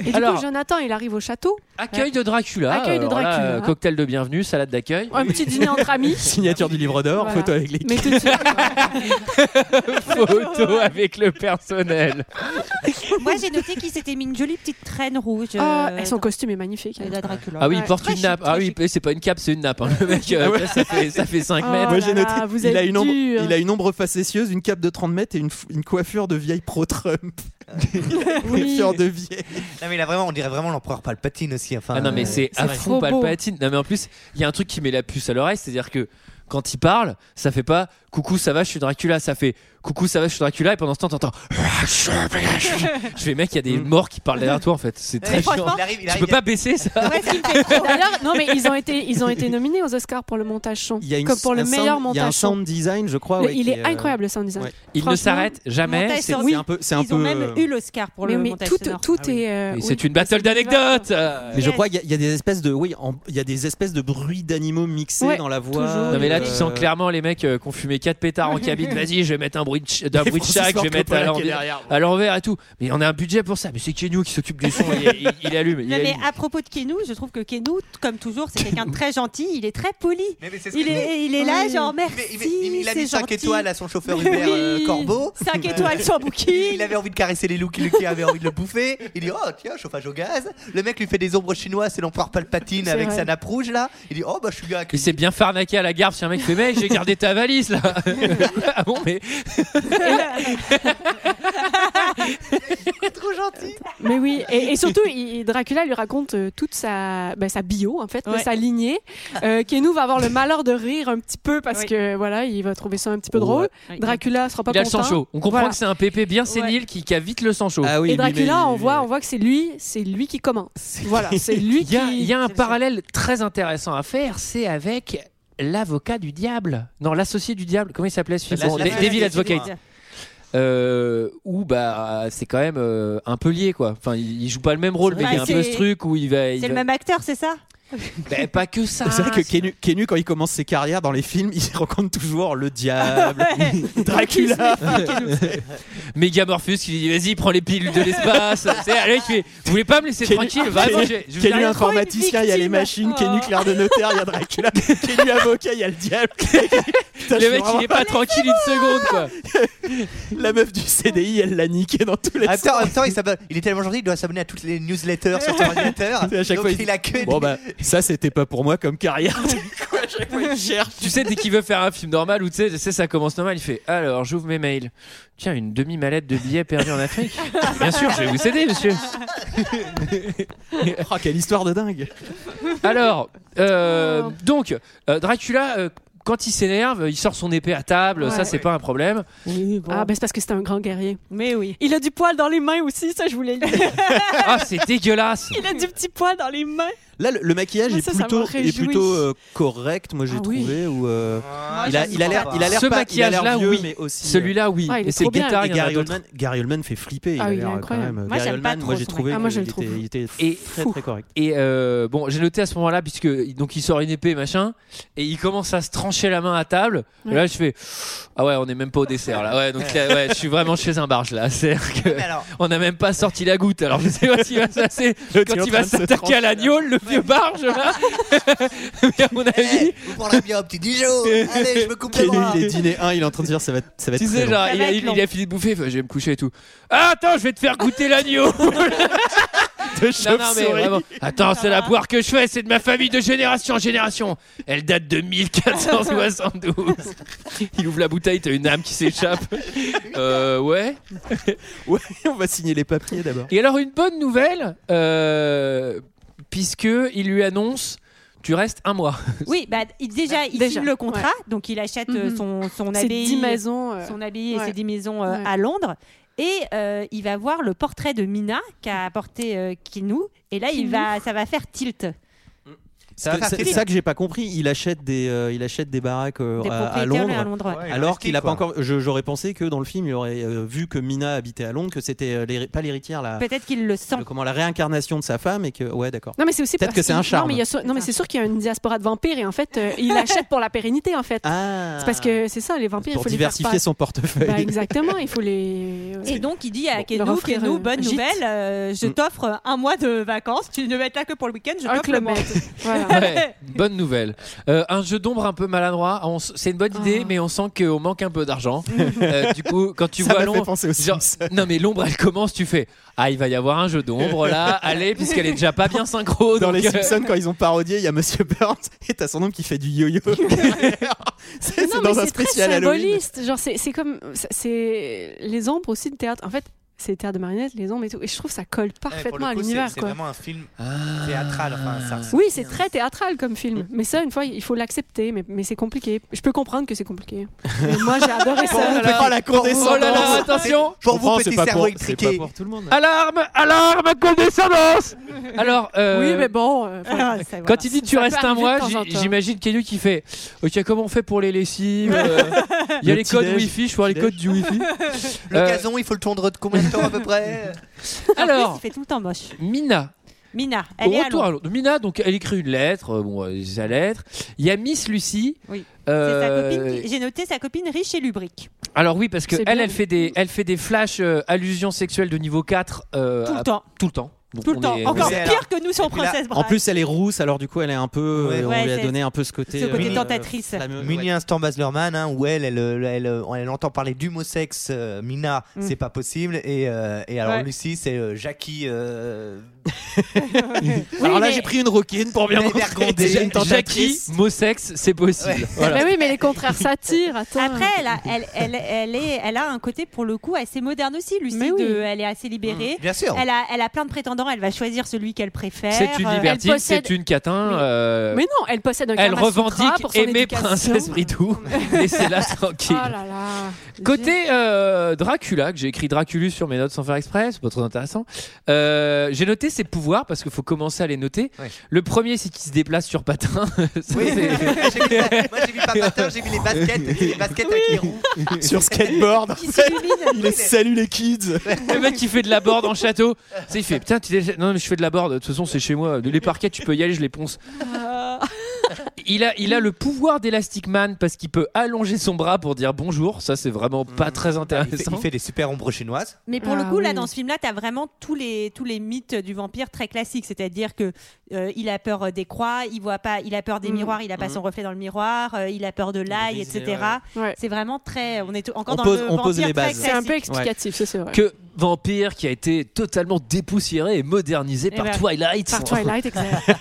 du Alors- coup, Jonathan, il arrive au château, Accueil de Dracula. Accueil de alors là, Dracula. euh, cocktail de bienvenue, salade d'accueil. un petit dîner (laughs) entre amis. Signature du livre d'or, Voilà. photo avec les. Mais tout (laughs) de suite, euh, photo avec le personnel. Moi, j'ai noté qu'il s'était mis une jolie petite traîne rouge. Ah, euh, et son costume est magnifique. de Dracula. Ah oui, il Ouais. porte Très une nappe. chic, Ah très oui, chic. c'est pas une cape, c'est une nappe. hein. Le mec, euh, Ah ouais. ça, fait, ça fait 5 Oh mètres. Moi j'ai là noté, là, vous il, a êtes une ombre, dur. il a une ombre facétieuse, une cape de 30 mètres et une, f- une coiffure de vieille pro-Trump. (laughs) coiffure de vieille. Non, mais il a vraiment, on dirait vraiment l'empereur Palpatine aussi. Enfin, Ah non, mais euh, c'est c'est affront trop beau. Palpatine. Non, mais en plus, il y a un truc qui met la puce à l'oreille, c'est-à-dire que quand il parle, ça fait pas coucou, ça va, je suis Dracula, ça fait coucou, ça va, je suis Dracula, et pendant ce temps, t'entends. Ah, Je fais, mec, il y a des morts qui parlent derrière toi, en fait. C'est très Mais chiant. franchement, il arrive, il Tu arrive, peux pas baisser ça Ouais, ce qui me fait trop- D'ailleurs, non, mais ils ont été, ils ont été nominés aux Oscars pour le montage son, Il y a une, comme pour le un meilleur sound- Il y a un montage son. sound design, je crois. Le- ouais, il qui est euh, incroyable le sound design. ouais. Il ne Franchement, s'arrête jamais. montage C'est sonore. C'est un peu. C'est un Ils ont peu, même euh, eu l'Oscar pour le mais montage tout, sonore. tout Ah oui. est. euh, Et oui, c'est une battle c'est d'anecdotes. euh. Mais je Yes. crois qu'il y a- il y, a des espèces de oui, en- il y a des espèces de bruits d'animaux mixés Ouais, dans la voix. toujours. Non mais là tu Euh, sens clairement les mecs euh, qui ont fumé 4 pétards en (laughs) cabine, vas-y je vais mettre un bruit de, ch- d'un Et bruit de Francis chaque, je vais Ford mettre à Coppola qui est l'envers, derrière. à l'envers et tout. Mais on a un budget pour ça, mais c'est Kenyu qui s'occupe du son, il, il- il allume. il Non, mais allume. à propos de Kenou, je trouve que Kenou, t- comme toujours, c'est quelqu'un de très gentil. Il est très poli. Mais- mais c'est ce Il qu'il est, il est là, Oui. genre Il, merci. met- il met- il met- il a c'est mis 5 gentil. étoiles à son chauffeur Uber euh, Oui. Corbeau. 5 étoiles sur Il (laughs) il Booking. avait envie de caresser les loups, qui qui avait envie de le bouffer. Il dit Oh, tiens, chauffage au gaz. Le mec lui fait des ombres chinoises, c'est l'empereur Palpatine C'est avec vrai. sa nappe rouge là. Il dit Oh, bah je suis gars. (laughs) Il s'est bien farnaqué à la gare, si un mec fait mec j'ai gardé ta valise là. ah bon, mais. Trop gentil. Mais oui, et, et surtout, il- Dracula lui raconte euh, toute sa, ben, sa bio, en fait, Ouais. sa lignée. Euh, Keanu va avoir le malheur de rire un petit peu parce que voilà, il va trouver ça un petit peu drôle. Ouais. Dracula sera pas Il a le content. sang chaud. On comprend Voilà. Euh, que c'est un pépé bien sénile qui, qui a vite le sang chaud. et Dracula, on voit, on voit que c'est lui, c'est lui qui commence. Voilà, c'est lui Il y a, qui. il y a un parallèle très intéressant à faire, c'est avec l'avocat du diable. Non, l'associé du diable. Comment il s'appelait ce film L'as- Bon, l'as- Dé- Devil l'as- Advocate. Euh, où bah c'est quand même euh, un peu lié quoi. Enfin, il, il joue pas le même rôle, mais il y a un C'est- peu ce truc où il va. il C'est le va- même acteur, c'est ça (laughs) Ben, pas que ça. C'est vrai que Kenu, Kenu, quand il commence ses carrières dans les films, (laughs) il rencontre toujours le diable, (laughs) Dracula. Méga Morphus qui dit vas-y prends les pilules de (laughs) l'espace. c'est allez qui fait, vous voulez pas me laisser tranquille Vraiment, j'ai- je vous ai Kenu rien- informaticien, il y a les machines. Oh. Kenu clerc de notaire, il y a (laughs) Dracula. Kenu avocat, il y a le diable. Putain, je suis Le mec il est vraiment- pas tranquille une seconde quoi. La meuf du CDI, elle l'a niqué dans tous les En même temps, en sens. même temps, il, s'abonne- il est tellement gentil, il doit s'abonner à toutes les newsletters (laughs) sur son ordinateur. À chaque Donc fois, il... a que. Bon bah ça c'était pas pour moi comme carrière. Tu sais, dès qu'il veut faire un film normal, ou tu sais, tu sais, ça commence normal, il fait Alors, j'ouvre mes mails. Tiens, une demi-mallette de billets perdue en (laughs) Afrique. Bien sûr, je vais vous aider, monsieur. (laughs) oh quelle histoire de dingue. Alors, euh, donc, euh, Dracula, euh, quand il s'énerve, il sort son épée à table, Ouais. ça, c'est pas un problème. Ah, ben c'est parce que c'était un grand guerrier. Mais oui. Il a du poil dans les mains aussi, ça je voulais le dire. Ah, c'est (laughs) dégueulasse Il a du petit poil dans les mains. Là le, le maquillage Moi, est ça, ça plutôt, me est réjouit. plutôt euh, correct, moi j'ai Ah oui. trouvé. Ou, euh, il a j'aime il a l'air pas. il a l'air Ce pas- il a l'air maquillage-là, vieux, oui. mais aussi. Celui-là, oui. Ah, il est Et c'est le trop bien. guitare, Et il y en a Gary d'autres. Oldman, Gary Oldman fait flipper. Il Ah a oui, il est l'air quand incroyable. même. Moi, Gary j'aime pas Oldman, trop moi j'ai son trouvé. maquillage. Ah, moi, je qu'il le trouve. était- Il était Et très fou. très correct. Et euh, bon, j'ai noté à ce moment-là, puisque donc il sort une épée, machin, et il commence à se trancher la main à table. Et Ouais. là, je fais Ah ouais, on est même pas au dessert là. Ouais, donc là, ouais, je suis vraiment chez un barge là. C'est-à-dire que Mais alors, on n'a même pas sorti la goutte. Alors je sais pas ce qui va se passer quand il va s'attaquer à l'agneau, le vieux barge là. (laughs) Mais à mon avis, eh, vous prendrez bien un petit (laughs) Dijon. Allez, je me coupe les Kenny, bras. il est dîner 1, il est en train de dire ça va être- ça va être tu très sais, long. genre, Ça il va a, être il- long. il a fini de bouffer, il fait, je vais me coucher et tout. Ah, attends, je vais te faire goûter (laughs) l'agneau. de Non, non, mais chauve-souris. vraiment. Attends, c'est la va. poire que je fais, c'est de ma famille de génération en génération. Elle date de 1472. (laughs) Il ouvre la bouteille, t'as une âme qui s'échappe. Euh, ouais. Ouais, (laughs) on va signer les papiers d'abord. Et alors, une bonne nouvelle, euh, puisque il lui annonce tu restes un mois. Oui, bah, il- déjà, il Déjà, signe le contrat, donc il achète euh, Mhm. son, son C'est abbaye. 10 maisons. euh, son abbaye ouais. et ses 10 maisons euh, Ouais. à Londres. Et euh, il va voir le portrait de Mina qu'a apporté euh, Kinou. Et là, il Kinou. va, ça va faire tilt. Ça va faire C'est plaisir. ça que j'ai pas compris. Il achète des, euh, il achète des baraques euh, Des à, à propriétaires Londres. à Londres. ouais. Ouais, Alors qu'il a pas quoi. encore. je- J'aurais pensé que dans le film, il aurait euh, vu que Mina habitait à Londres, que c'était euh, l'héritière- pas l'héritière, la, Peut-être qu'il le sent. le- comment, la réincarnation de sa femme, et que. Ouais, d'accord. Non mais c'est aussi Peut-être parce que c'est un qu'il- charme. Non mais, il y a sûr- non, mais c'est sûr qu'il y a une diaspora de vampires et en fait euh, il achète pour la pérennité en fait. Ah C'est parce que c'est ça les vampires il Pour faut diversifier les faire son portefeuille. pas- Bah, exactement il faut les. Et donc, il dit Bon, à leur Kenou, offrir Kenou, un bonne gîte. nouvelle, euh, je Mm. t'offre euh, un mois de vacances. Tu ne vas être là que pour le week-end, je un t'offre le club. mois. (laughs) voilà. Ouais, (laughs) bonne nouvelle. Euh, un jeu d'ombre un peu maladroit. On s- C'est une bonne idée, Ah. mais on sent qu'on manque un peu (laughs) d'argent. Euh, du coup, quand tu Ça vois m'a fait Londres, penser aussi. Genre, non mais l'ombre elle commence, tu fais ah il va y avoir un jeu d'ombre là, allez puisqu'elle est déjà pas bien synchro. Dans donc, les euh, Simpsons, quand ils ont parodié, il y a Monsieur Burns (laughs) et t'as son nom qui fait du yo-yo. (laughs) c'est Non c'est mais dans un c'est très spécial Halloween. symboliste genre c'est c'est comme c'est- c'est les ombres aussi de théâtre en fait c'est le théâtre de marionnettes les ombres et tout et je trouve ça colle Ouais, Eh, pour le parfaitement à coup, c'est- l'univers C'est quoi. vraiment un film ah. théâtral. Enfin, ça ressemble Oui, c'est bien. très théâtral comme film. Mais ça, une fois, il faut l'accepter. Mais, mais c'est compliqué. Je peux comprendre que c'est compliqué. Mais moi, j'ai adoré Oh ça. la condescendance. Oh là là attention Pour vous, petit cerveau c'est expliqué. pas pour tout le monde. alarme alarme condescendance. Alors euh, Oui, mais bon. euh, voilà. Ah, ça, voilà. Quand il dit tu Ça peut restes un arriver mois, de temps en j'i- temps. j'imagine Kenyu qui fait Ok, comment on fait pour les lessives (laughs) euh, Il y a Le les codes petit-déj, Wi-Fi, je vois les codes du Wi-Fi. Le Euh, gazon, il faut le tondre de combien de temps à peu (laughs) près En plus, Alors, il fait tout le temps moche. Mina, Mina, Au elle est à retour Londres. à Londres. Mina, donc, elle écrit une lettre. euh, Bon, euh, sa lettre. Il y a Miss Lucie. Oui. C'est sa euh, copine qui- J'ai noté sa copine riche et lubrique. Alors oui, parce que C'est elle, bien. elle fait des, elle fait des flashs euh, allusions sexuelles de niveau 4 euh, Tout à- le temps. tout le temps. Donc, Tout le on temps. est- Encore on (laughs) est- pire que nous sur Et puis là, Princesse En Bride. plus, elle est rousse, alors du coup, elle est un peu. Ouais. euh, on Ouais, lui a c'est- donné un peu ce côté. ce côté euh, tentatrice. flammeux, ouais. Mini instant Baz Luhrmann, hein, où elle elle, elle, elle- elle entend parler d'homosex euh, Mina, Mm. c'est pas possible. Et, euh, et alors Ouais. Lucie, c'est euh, Jackie. euh, (laughs) Alors là, mais- j'ai pris une roquine pour bien Mais montrer. (laughs) Vergondé, J'ai une Jackie, tentatrice. mot sexe, c'est possible. Voilà. Mais oui, mais les contraires s'attirent. Attends. Après, elle a, elle, elle, elle est, elle a un côté pour le coup assez moderne aussi, Lucie. Mais oui. de- elle est assez Mmh. libérée. Bien sûr. Elle a, elle a plein de prétendants. Elle va choisir celui qu'elle préfère. C'est une Euh, libertine, possède- c'est une catin. euh, Mais non, elle possède un Elle Kama Sutra pour revendique son aimer éducation. Princesse (laughs) Bridou. Laissez-la Oh tranquille. là là. Côté euh, Dracula, que j'ai écrit Draculus sur mes notes sans faire exprès, c'est pas trop intéressant. Euh, j'ai noté ses pouvoirs parce qu'il faut commencer à les noter. Ouais. Le premier, c'est qu'il se déplace sur patin. (laughs) Ça, Oui, (laughs) c'est- j'ai vu ça. Moi j'ai vu pas Pater, j'ai vu les baskets, les baskets avec (laughs) les roues. Sur (laughs) skateboard. qui s'illumine. (laughs) Il est salut les kids. Le mec qui fait de la board en château. Tu sais, il fait putain, tu dé- non mais je fais de la board. De toute façon, c'est chez moi. Les parquets, tu peux y aller, je les ponce. Il a, il a le pouvoir d'Elastic Man parce qu'il peut allonger son bras pour dire bonjour. Ça, c'est vraiment pas très Hmm. Bah, Il fait, intéressant. il fait des super ombres chinoises. Mais pour Ah le coup, là, oui. dans ce film-là, t'as vraiment tous les tous les mythes du vampire très classiques, c'est-à-dire que euh, il a peur euh, des croix, il voit pas, il a peur des Mm. miroirs, il a pas Mm. son reflet dans le miroir, euh, il a peur de l'ail, baiser, etc. Ouais. C'est vraiment très, on est t- encore On dans pose- le on pose vampire les très bases. C'est un peu classique. explicatif, ça, c'est vrai. Que vampire qui a été totalement dépoussiéré et modernisé Eh par ben, Twilight. Par Twilight, exact. (laughs)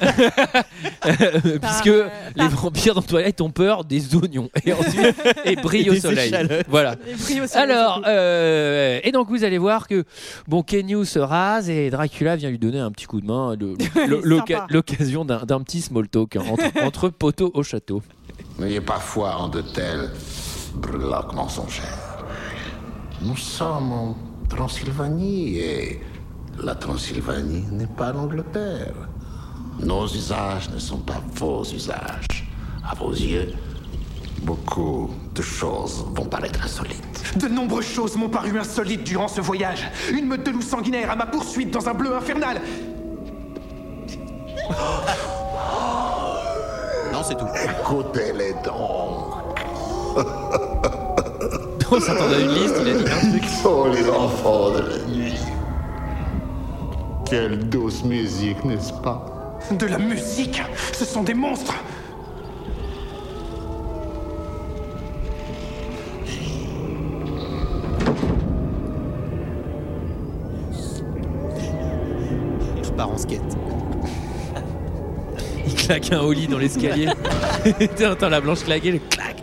Par, (laughs) Puisque euh, les par- vampires dans Twilight ont peur des oignons et, ensuite, (laughs) et brillent au des soleil. échalotes. Voilà. Les bris aussi, Alors, les euh, et donc vous allez voir que bon, Kenyu se rase et Dracula vient lui donner un petit coup de main, (laughs) le- le- l'oca- Sympa. l'occasion d'un d'un petit small talk hein, (laughs) entre, entre poteaux au château. (laughs) N'ayez pas foi en de telles breloques mensongères. Nous sommes en Transylvanie et la Transylvanie n'est pas l'Angleterre. Nos usages ne sont pas vos usages. À vos yeux, beaucoup de choses vont paraître insolites. De nombreuses choses m'ont paru insolites durant ce voyage. Une meute de loups sanguinaires à ma poursuite dans un bleu infernal. Non, c'est tout. Écoutez les dents. On s'attendait à une liste, il a dit. Oh, les enfants de la nuit. Quelle douce musique, n'est-ce pas De la musique Ce sont des monstres Il repart (laughs) en skate. Il claque un holly dans l'escalier. T'entends la blanche claquer, le clac.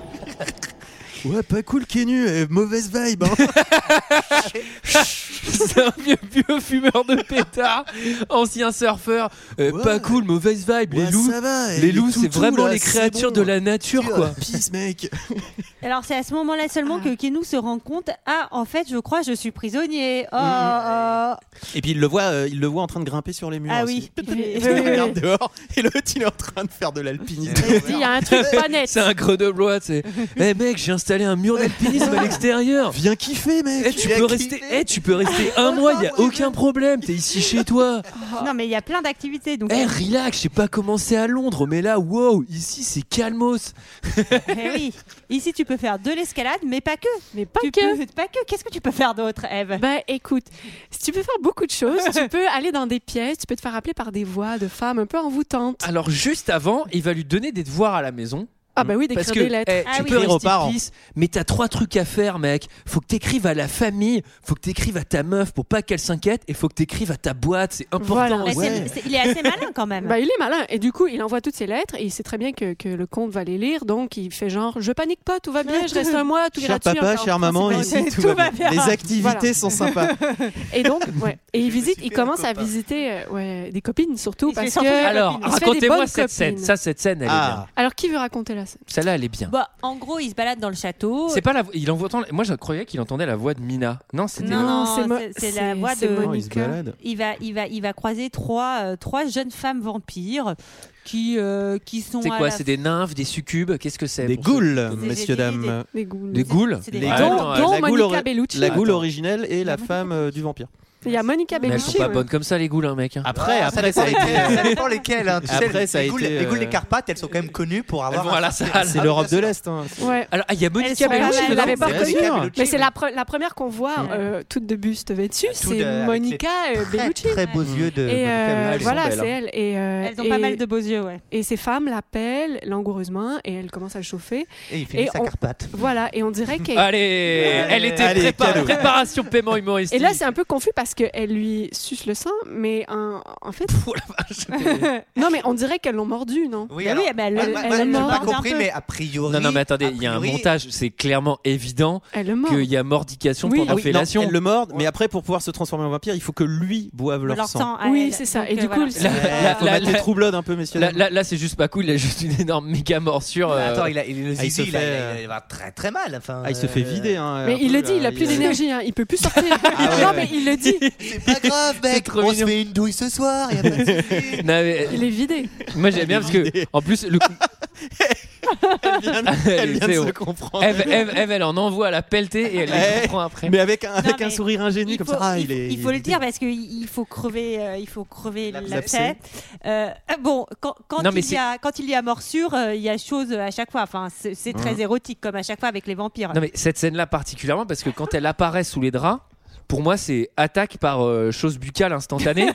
Ouais, pas cool, Kenu. euh, mauvaise vibe. hein. C'est un vieux, vieux fumeur de pétard, ancien surfeur. Euh, Ouais. Pas cool, mauvaise vibe. (laughs) Ouais, les loups, ça va, les eh, loups, toutous, c'est vraiment là, les c'est créatures bon. de la nature, quoi. Peace, mec. Alors c'est à ce moment-là seulement que Kenou se rend compte ah en fait je crois je suis prisonnier oh, oh. Et puis il le voit, euh, il le voit en train de grimper sur les murs. ah aussi. oui Oui, Il oui, regarde dehors et l'autre il est en train de faire de l'alpinisme. Il y a un truc pas net. C'est un grenoblois, tu sais. Eh mec, j'ai installé un mur d'alpinisme à l'extérieur. (laughs) (laughs) Viens kiffer, mec. Eh, tu, Viens peux kiffer. rester, eh, tu peux rester un mois, il a aucun problème, t'es ici chez toi. non mais il y a plein d'activités donc Eh, relax, j'ai pas commencé à Londres, mais là, wow, ici c'est calmos. (laughs) eh oui ici tu peux faire de l'escalade mais pas que Mais pas tu que. peux- pas que qu'est-ce que tu peux faire d'autre Eve Ben écoute, si tu peux faire beaucoup de choses, (laughs) tu peux aller dans des pièces, tu peux te faire appeler par des voix de femmes un peu envoûtantes. Alors, juste avant, il va lui donner des devoirs à la maison. Mm. Ah ben oui, Parce d'écrire que des lettres. eh, Ah tu oui. peux Écrire aux rester parents. pisse, mais t'as trois trucs à faire, mec. Faut que t'écrives à la famille, faut que t'écrives à ta meuf pour pas qu'elle s'inquiète, et faut que t'écrives à ta boîte, c'est important. Voilà. Mais aussi. c'est- c'est- il est assez malin quand même (laughs) Bah, il est malin et du coup il envoie toutes ses lettres et il sait très bien que, que le comte va les lire donc il fait genre je panique pas tout va bien je reste un mois tout Cher gratuit papa, encore, chère maman, principe. ici tout, va bien. Les activités Voilà. sont sympas. et donc ouais et il Je me visite suis il fait un commence à copain. visiter euh, ouais, des copines surtout Il se fait parce surtout que des Alors, copines. Il se fait des racontez-moi bonnes cette scène. copines. Ça, cette scène, elle est bien. Ah, alors qui veut raconter la scène Celle-là, elle est bien. Bah, en gros, il se balade dans le château. C'est pas la voix. Il en entend- Moi, je croyais qu'il entendait la voix de Mina. Non, c'était. Non, non, c'est mo- c'est- c'est la voix c'est de- oh, il se Monica balade. Il va, il va, il va croiser trois, euh, trois jeunes femmes vampires qui, euh, qui sont. C'est à quoi la- C'est des nymphes, des succubes Qu'est-ce que c'est Des pour ceux- goules, des- messieurs, des- dames. des goules Des goules C'est des- Ouais, dont, attends, dont la goule Monica aurait- Bellucci La Attends. goule originelle et la femme euh, du vampire. Il y a Monica Mais elles sont Bellucci. pas ouais. bonnes comme ça, les goulins, mec. hein. Après, Ah, après, ça ça, dépend a lesquelles, été. ça dépend lesquelles, hein. Tu sais, Après, ça a les, goules, été, les goules des euh, Carpates, elles sont quand même connues pour Elles avoir. vont à la salle. C'est l'Europe de l'Est. hein. Ouais. Alors, ah, il y a Elles Monica sont Bellucci. pas mal, je l'avais dedans pas Bien reconnue. sûr. Mais c'est la, pre- la première qu'on voit euh, toute de buste vêtue, Toutes, c'est euh, avec Monica les euh, très, Bellucci. Très beaux yeux de. Et Monica euh, Bellucci. voilà, belles, c'est elle. Et, euh, Elles ont pas et- mal de beaux yeux, ouais. Et ces femmes l'appellent langoureusement et elle commence à le chauffer. Et il finit et sa on- Carpate. Voilà, et on dirait qu'elle Allez, elle était Allez, prépa- cadeau. préparation paiement humoristique. Et là, c'est un peu confus parce qu'elle lui suce le sein, mais en, en fait. Oh la vache. (laughs) Non, mais on dirait qu'elles l'ont mordu, non Oui, Bah alors- oui, eh ben, elle- Moi, elle- moi, elle j'ai mord pas un compris, peu. mais a priori. Non, non, mais attendez, a il y a un priori, montage, c'est clairement évident Elle le mord. qu'il y a mordication Oui. pendant Ah Oui, non, fellation. elle le mord, mais après, pour pouvoir se transformer en vampire, il faut que lui boive leur, Leur sang. sang à Oui, elle. c'est ça. Donc, Et du euh, voilà. coup, le sang- La- la- Faut la- mettre les la- troublades un peu, messieurs. Là, là- là, c'est juste pas cool, il a juste une énorme méga morsure. Mais euh, Attends, il a, il, le Ah, il zizi, se il a- fait, il a- euh, il va très très mal. Enfin, Ah, il se fait euh, vider. hein, un Mais il peu, le dit, là, il a plus d'énergie, hein, il peut plus sortir. Ah ouais, non, ouais. mais il le dit, C'est pas grave, C'est mec. trop On se mignon. fait une douille ce soir. Y a pas de souci. non, mais- il est vidé. moi j'aime bien parce que, en plus, le coup- (laughs) Elle vient de- elle vient de C'est se bon. comprendre. Eve, Eve- Eve, elle en envoie à la pelletée et elle les Eh, comprend après. Mais avec un, avec Non, un mais sourire ingénu Il comme faut- ça. Ah, il, il est. il il faut est le vidé. dire parce qu'il faut crever, euh, il faut crever L'abcès. l'abcès. Euh, bon, quand, quand Non, mais il y a quand il y a morsure, euh, il y a chose à chaque fois. Enfin, c'est c'est très érotique comme à chaque fois avec les vampires. Non, mais cette scène-là particulièrement parce que quand elle apparaît sous les draps, pour moi c'est attaque par euh, chose buccale instantanée.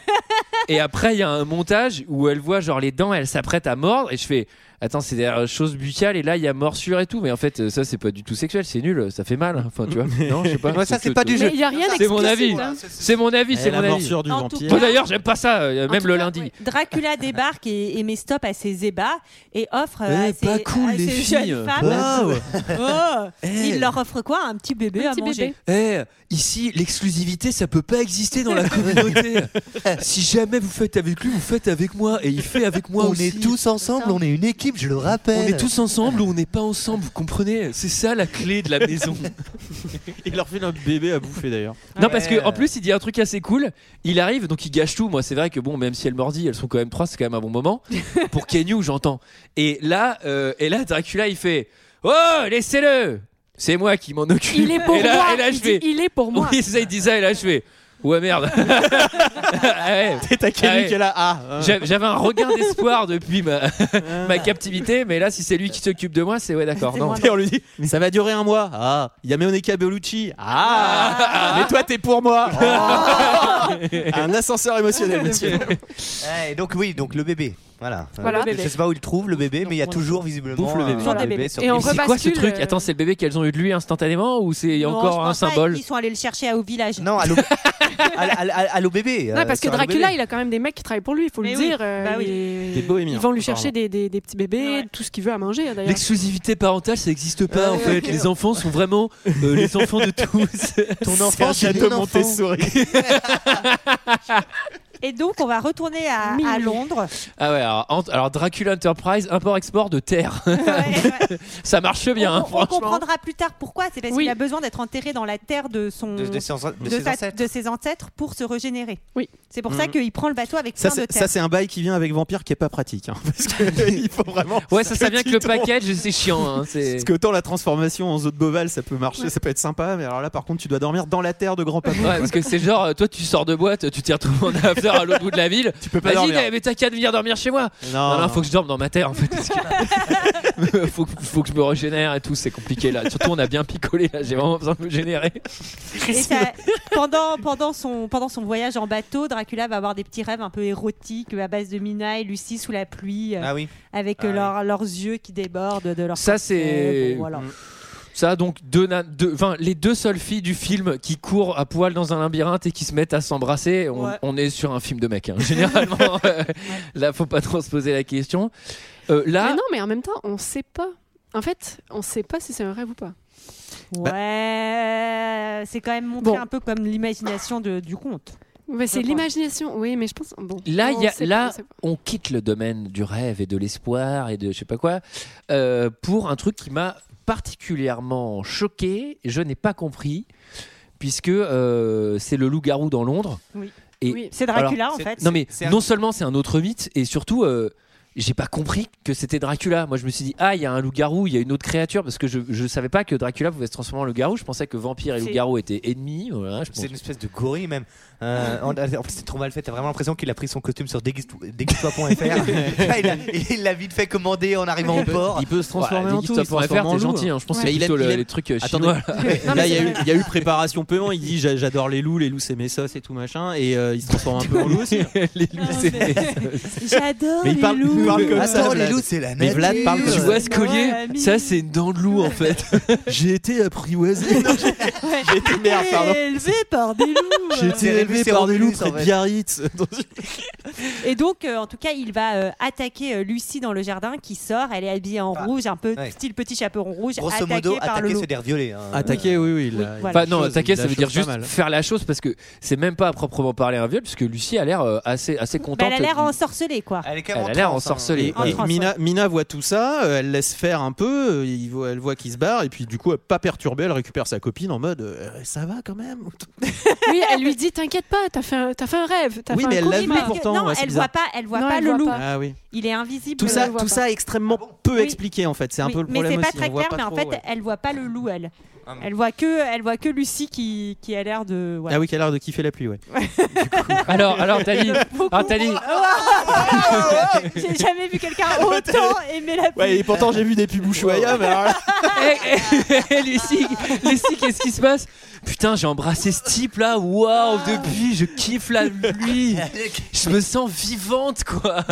et après il y a un montage où elle voit genre les dents, elle s'apprête à mordre et je fais attends c'est derrière chose buccale et là il y a morsure et tout. Mais en fait euh, ça c'est pas du tout sexuel, c'est nul, ça fait mal. Enfin tu vois. (laughs) Non je sais pas. Moi, ça, c'est pas du Mais jeu. il n'y a rien C'est mon avis. d'explicite, hein. C'est mon avis, Eh, c'est la mon avis. morsure du En tout vampire. cas- Moi Oh, d'ailleurs j'aime pas ça, euh, même tout le cas, lundi. ouais. Dracula débarque et, et met stop à ses ébats et offre euh, Eh, à ses, pas cool, à les ses filles. jeunes femmes. Waouh. Oh, Eh. Il leur offre quoi Un petit bébé Un à petit manger. bébé. Eh, ici, l'exclusivité, ça peut pas exister dans (laughs) la communauté. si jamais vous faites avec lui, vous faites avec moi. Et il fait avec moi on aussi. est tous ensemble, on est une équipe, je le On rappelle. est tous ensemble ou on n'est pas ensemble, vous comprenez C'est ça la clé (laughs) de la maison. Il leur file un bébé à bouffer (laughs) d'ailleurs. non, parce que Ouais. en plus, il dit un truc assez cool. Il arrive, donc il gâche tout. Moi, c'est vrai que bon, même si elle mordit, elles sont quand même trois, c'est quand même un bon (laughs) moment. Pour Kenyu, j'entends. Et là, euh, et là, Dracula, il fait Oh, laissez-le C'est moi qui m'en occupe. Il est pour et là, moi. et là, il, je dit, fais il est pour moi. Oui, c'est ça, il dit ça, et là, je fais Ouais, (laughs) merde. Ah ouais. T'as Ah Kenny ouais. qui est là. Ah, hein. J'a- J'avais un regain d'espoir depuis ma, (laughs) ma captivité, mais là, si c'est lui qui s'occupe de moi, c'est ouais, d'accord. Non. Et on lui dit Ça va durer un mois. Ah, il y a Monica Bellucci. Ah, mais toi, t'es pour moi. (laughs) un ascenseur émotionnel, (laughs) monsieur. Ouais, donc oui, donc le bébé. Voilà. Voilà. Euh, Le bébé. Je sais pas où il trouve le bébé, mais il y a toujours visiblement Bouffe le bébé. un- Toujours un des bébés. sur- Et on Mais C'est quoi ce rebascule, truc euh, Attends, c'est le bébé qu'elles ont eu de lui instantanément ou c'est Non, je encore un pense pas symbole qu'ils sont allés le chercher à Ouvillage. Non, allô, allô, allô, allô Euh, bébé. Non, parce que Dracula, il a quand même des mecs qui travaillent pour lui, il faut Mais le oui, dire. euh, bah oui. il- Des bohémiens, Ils vont lui apparemment. chercher des, des- des petits bébés, Ouais. tout ce qu'il veut à manger, hein, d'ailleurs. L'exclusivité parentale, ça n'existe pas en fait. Les enfants sont vraiment euh, les enfants de (laughs) tous. ton enfant, c'est château mon enfant. Montessori. Et donc, on va retourner à, Mignon. à (laughs) Londres. Ah ouais, alors, ent- alors Dracula Enterprise, import-export de terre. (laughs) Ouais, ouais. ça marche bien, hein, on, on franchement. comprendra plus tard pourquoi. C'est parce Oui. qu'il a besoin d'être enterré dans la terre de son de, de ses, de de ses sa- ancêtres. Mm. de ses ancêtres pour se régénérer. Oui. C'est pour ça qu'il prend le bateau avec Ça, plein de c'est terre. ça, c'est un bail qui vient avec Vampire qui est pas pratique. hein, (laughs) parce que il faut vraiment. Ouais, ça, ça que vient que tu le tombes. package, c'est chiant. hein, c'est- Parce que autant la transformation en zone bovale, ça peut marcher, ça peut être sympa, mais alors là, par contre, tu dois dormir dans la terre de grand-papa. Ouais, parce que c'est genre, euh, toi tu sors de boîte, tu t'y retrouves en after à l'autre bout de la ville. Tu peux pas Vas-y, dormir. mais- mais t'as qu'à venir dormir chez moi. Non, non, faut que je dorme dans ma terre en fait. parce que- (laughs) faut, que- faut que je me régénère et tout, c'est compliqué là. Surtout, on a bien picolé là, j'ai vraiment besoin de me générer. Et ça- pendant, pendant, son, pendant son voyage en bateau, Dracula va avoir des petits rêves un peu érotiques à base de Mina et Lucie sous la pluie, euh, Ah oui. avec Ah euh, oui. leurs- leurs yeux qui débordent de leur Ça, c'est- Bon, Eh, ben, Mm. voilà. Ça, donc, deux, na- deux- enfin, les deux seules filles du film qui courent à poil dans un labyrinthe et qui se mettent à s'embrasser, on, Ouais. on est sur un film de mec. hein. (laughs) Généralement, euh, là, faut pas trop se poser la question. Euh, Mais là, non, mais en même temps, on sait pas. En fait, on sait pas si c'est un rêve ou pas. Bah. Ouais, c'est quand même montré Bon. un peu comme l'imagination de- du conte. Mais c'est Je pense. l'imagination, oui, mais je pense. Bon, Là, on il y a- sait là- pas, on sait pas. on quitte le domaine du rêve et de l'espoir et de je sais pas quoi euh, pour un truc qui m'a particulièrement choqué. Je n'ai pas compris puisque euh, c'est le loup-garou dans Londres. Oui. Et Oui. C'est Dracula Alors, en c'est- fait. non mais c'est un- non seulement c'est un autre mythe et surtout euh, j'ai pas compris que c'était Dracula. Moi, je me suis dit, ah, il y a un loup-garou, il y a une autre créature, parce que je, je savais pas que Dracula pouvait se transformer en loup-garou. Je pensais que vampire et C'est- loup-garou étaient ennemis. Voilà, je pense. C'est une espèce de gorille même. Euh, en, en plus, c'est trop mal fait. T'as vraiment l'impression qu'il a pris son costume sur déguise-toi- déguise-toi.fr. Ah, il a- il l'a vite fait commander en arrivant au port. Il peut se transformer en tout. Il se transforme en loup. gentil. hein. Je pense que Mais c'est il aime- plutôt le- il aime- les trucs euh, Attendez. chinois. (laughs) là. Là, il y, a eu- il y a eu préparation paiement. Il dit j'a- j'adore les loups, les loups c'est mes sauces et tout machin. Et euh, il se transforme un peu en loup (laughs) aussi. les loups (laughs) c'est (laughs) mes J'adore Ah, Mais il parle, il parle comme ça. Ah, Attends, les Vlad. loups, c'est la Mais Vlad nature. parle comme Tu ça. vois ce collier Ouais, ami. Ça, c'est une dent de loup en (laughs) fait. J'ai été apprivoisé. Non, j'ai- J'ai été merde, pardon. Élevé par des (laughs) loups. J'ai été C'est élevé Elvis et par des loups Romulus, près en de fait. (laughs) Biarritz. Dans une- Et donc, euh, en tout cas, il va euh, attaquer euh, Lucie dans le jardin qui sort. Elle est habillée en Ah. rouge, un peu Ouais. style petit chaperon rouge. Grosso attaquée modo, par le attaquer, loup. se dire violer. hein. Attaquer, oui, oui. il Oui, a- il a voilà. Enfin, non, chose, attaquer, il ça a veut chose dire pas juste mal. faire la chose parce que c'est même pas à proprement parler un viol, puisque Lucie a l'air euh, assez, assez Bah, contente. elle a l'air euh, du- ensorcelée, quoi. Elle est quand Elle même a l'air transe, hein. ensorcelée. Et, En et transe, Mina, Mina voit tout ça, euh, elle laisse faire un peu, euh, il voit- elle voit qu'il se barre, et puis du coup, elle pas perturbée, elle récupère sa copine en mode euh, ça va quand même. Oui, elle lui dit T'inquiète pas, t'as fait, un- t'as fait un rêve. T'as Oui, fait mais un elle cauchemar. l'a Oui, vu parce que- pourtant, non, ouais, c'est elle bizarre. voit pas, elle voit Non, pas elle le voit loup. pas. Ah oui. Il est invisible. Tout Je ça, le vois tout pas. ça est extrêmement peu Oui. expliqué en fait. C'est un Oui, peu le mais problème c'est pas aussi, très on voit clair, mais en trop, fait, ouais. elle voit pas le loup, elle. Ah bon. Elle voit que, elle voit que Lucie qui, qui a l'air de. voilà. Ah oui, qui a l'air de kiffer la pluie, ouais. Alors, alors, (laughs) Tali, Ah, alors, Thalie, J'ai jamais vu (laughs) quelqu'un autant aimer la pluie. Ah, Ouais, et pourtant j'ai vu des pubs Ushuaïa, mais alors là- Ah. Hé, (laughs) hé, hé, Eh, Lucie, Lucie, qu'est-ce qui se passe Putain, j'ai embrassé ce type là, Ah. waouh, depuis, je kiffe la pluie, je me sens vivante quoi.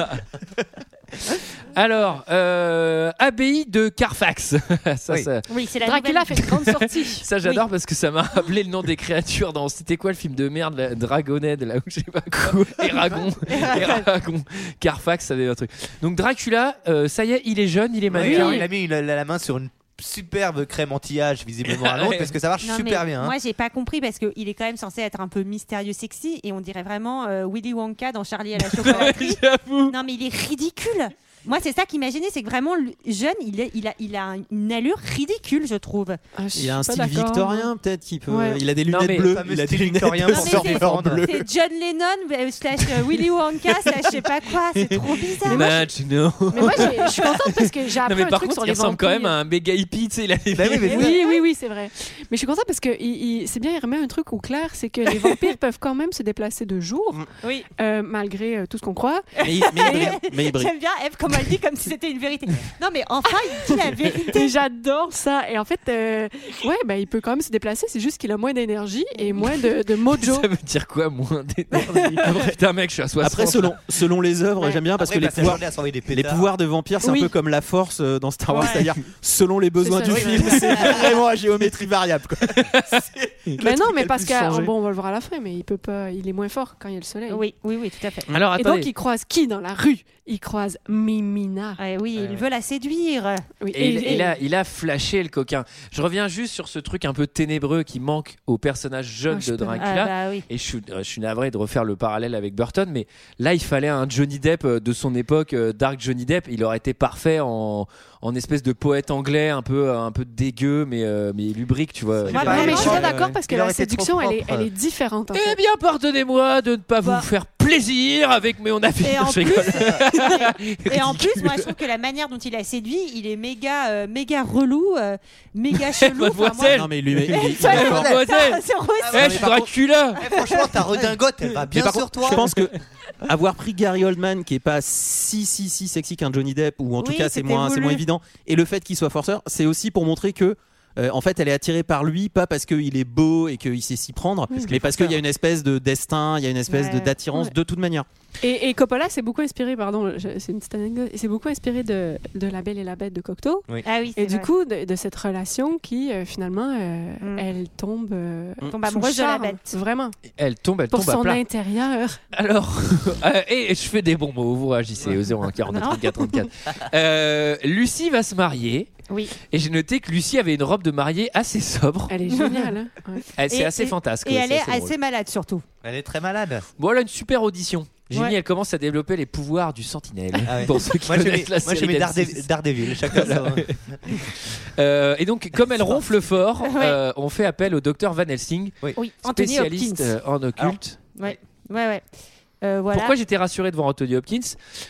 Alors, euh, abbaye de Carfax. (laughs) ça, Oui. ça, Oui, c'est la Dracula nouvelle- (laughs) fait une grande sortie. ça, j'adore parce que ça m'a rappelé le nom des créatures dans c'était quoi le film de merde la Dragonhead là où je sais pas quoi Eragon Eragon Carfax ça avait un truc donc Dracula euh, ça y est il est jeune il est Oui, mature alors, il a mis une- la, la main sur une superbe crème anti-âge, visiblement à Londres, parce que ça marche Non, super mais bien. hein. Moi, j'ai pas compris parce qu'il est quand même censé être un peu mystérieux, sexy, et on dirait vraiment euh, Willy Wonka dans Charlie (laughs) à la chocolaterie. j'avoue non, mais il est ridicule. Moi, c'est ça qu'imaginais, c'est que vraiment le jeune, il, est- il a, il a une allure ridicule, je trouve. Ah, je Il a un suis style pas d'accord. (laughs) victorien peut-être qui peut. Ouais. Il a des Non, lunettes mais- bleues. Fameux Il a des style lunettes victorien de pour surfeur surfeur bleu. C'est John Lennon euh, slash euh, (laughs) Willy Wonka slash je sais pas quoi, c'est trop bizarre. Ah, (laughs) Imagine, non. Mais moi, j'ai- je suis contente (laughs) parce que j'ai appris Non mais un par truc contre, sur il les ressemble quand vampires. même à un méga hippie, tu sais, il a les Bah oui, mais lunettes. Oui, oui, oui, c'est vrai. Mais je suis contente parce que il- il- c'est bien, il remet un truc au clair, c'est (laughs) que les vampires peuvent quand même se déplacer de jour, Oui. euh, malgré euh, tout ce qu'on croit. Mais il- mais il brille, mais il brille. J'aime bien Eve comme elle dit, comme si c'était une vérité. Non, mais enfin, (laughs) il dit la vérité. Et j'adore ça. Et en fait, euh, ouais, bah, il peut quand même se déplacer, c'est juste qu'il a moins d'énergie et moins de, de mojo. (laughs) Ça veut dire quoi moins d'énergie Putain mec, je suis à 60. Après, selon, selon les œuvres, Ouais. j'aime bien parce Après, bah, il que les passe la pouvoirs, journée à s'envoyer des les pétards. pouvoirs de vampires, c'est Oui. un peu comme la force euh, dans Star Wars, Ouais. c'est-à-dire selon les besoins ça, du oui. film, c'est vraiment à géométrie variable. quoi. Mais non, truc mais le parce plus que changé. bon, on va le voir à la fin, mais il peut pas, il est moins fort quand il y a le soleil. Oui, oui, oui, tout à fait. Alors Et donc, attendez. il croise qui dans la rue Il croise Mimina. Ouais, Euh, oui, Ouais. il veut la séduire. Oui, Et il, il a, il a flashé le coquin. Je reviens juste sur ce truc un peu ténébreux qui manque au personnage jeune Ah, je de peux- ah, Dracula. Ah, bah oui. Et je suis, euh, je suis navré de refaire le parallèle avec Burton, mais là, il fallait un Johnny Depp euh, de son époque, euh, Dark Johnny Depp. Il aurait été parfait en, en espèce de poète anglais, un peu, euh, un peu dégueu, mais, euh, mais lubrique, tu vois. Ah, Non, mais je suis pas Ouais, d'accord parce que il la aurait été trop séduction, elle est, propre. elle est différente. En Eh fait. bien, pardonnez-moi de ne pas Bah. vous faire plaisir avec mon avis. (laughs) Et en (laughs) Je rigole. Et en plus, moi, je trouve (laughs) que la manière dont il a séduit, il est méga, euh, méga relou, euh, (laughs) méga chelou. Enfin, moi- (laughs) Mademoiselle, Non, mais lui, il- il- il- Ça, il- c'est- mademoiselle. c'est Eh, aussi- mais je suis par contre- Dracula Eh, franchement, ta redingote, elle va Mais bien par sur contre, toi. je (laughs) pense que avoir pris Gary Oldman, qui est pas si si si sexy qu'un Johnny Depp, ou en tout Oui, cas c'est c'était moins c'est voulu. moins évident, et le fait qu'il soit forceur, c'est aussi pour montrer que euh, en fait elle est attirée par lui, pas parce qu'il est beau et qu'il sait s'y prendre, mais parce qu'il y a une espèce de destin, il y a une espèce de Ouais. d'attirance Ouais. de toute manière. Et, et Coppola s'est beaucoup inspiré, pardon, je- c'est une petite anecdote, il s'est beaucoup inspiré de, de La Belle et la Bête de Cocteau. Ah oui, Et c'est du vrai. coup, de, de cette relation qui, euh, finalement, euh, Mm. elle tombe. euh, On tombe sous le amoureuse de la charme, bête. Vraiment. Elle tombe, elle Pour tombe à son plat. intérieur. Alors, (laughs) euh, et je fais des bons mots, vous réagissez au 01 42 34 34. Euh, Lucie va se marier. Oui. Et j'ai noté que Lucie avait une robe de mariée assez sobre. (laughs) Elle est géniale. hein. (laughs) Ouais. Elle, c'est Et- assez fantasque. euh, Et elle c'est est assez drôle. assez malade surtout. Elle est très malade. Bon, elle a une super audition. J'ai Ouais. mis, elle commence à développer les pouvoirs du sentinelle. Ah ouais. Pour ceux qui Moi, je mets, connaissent la moi, je série mets d'M6. Darede- Daredevil. (laughs) Chacun son- Euh, et donc, comme elle ronfle fort, Ouais. euh, on fait appel au docteur Van Helsing, Oui, Anthony spécialiste Hopkins. euh, en occulte. Ouais, ouais. Euh, voilà. Pourquoi j'étais rassuré devant Anthony Hopkins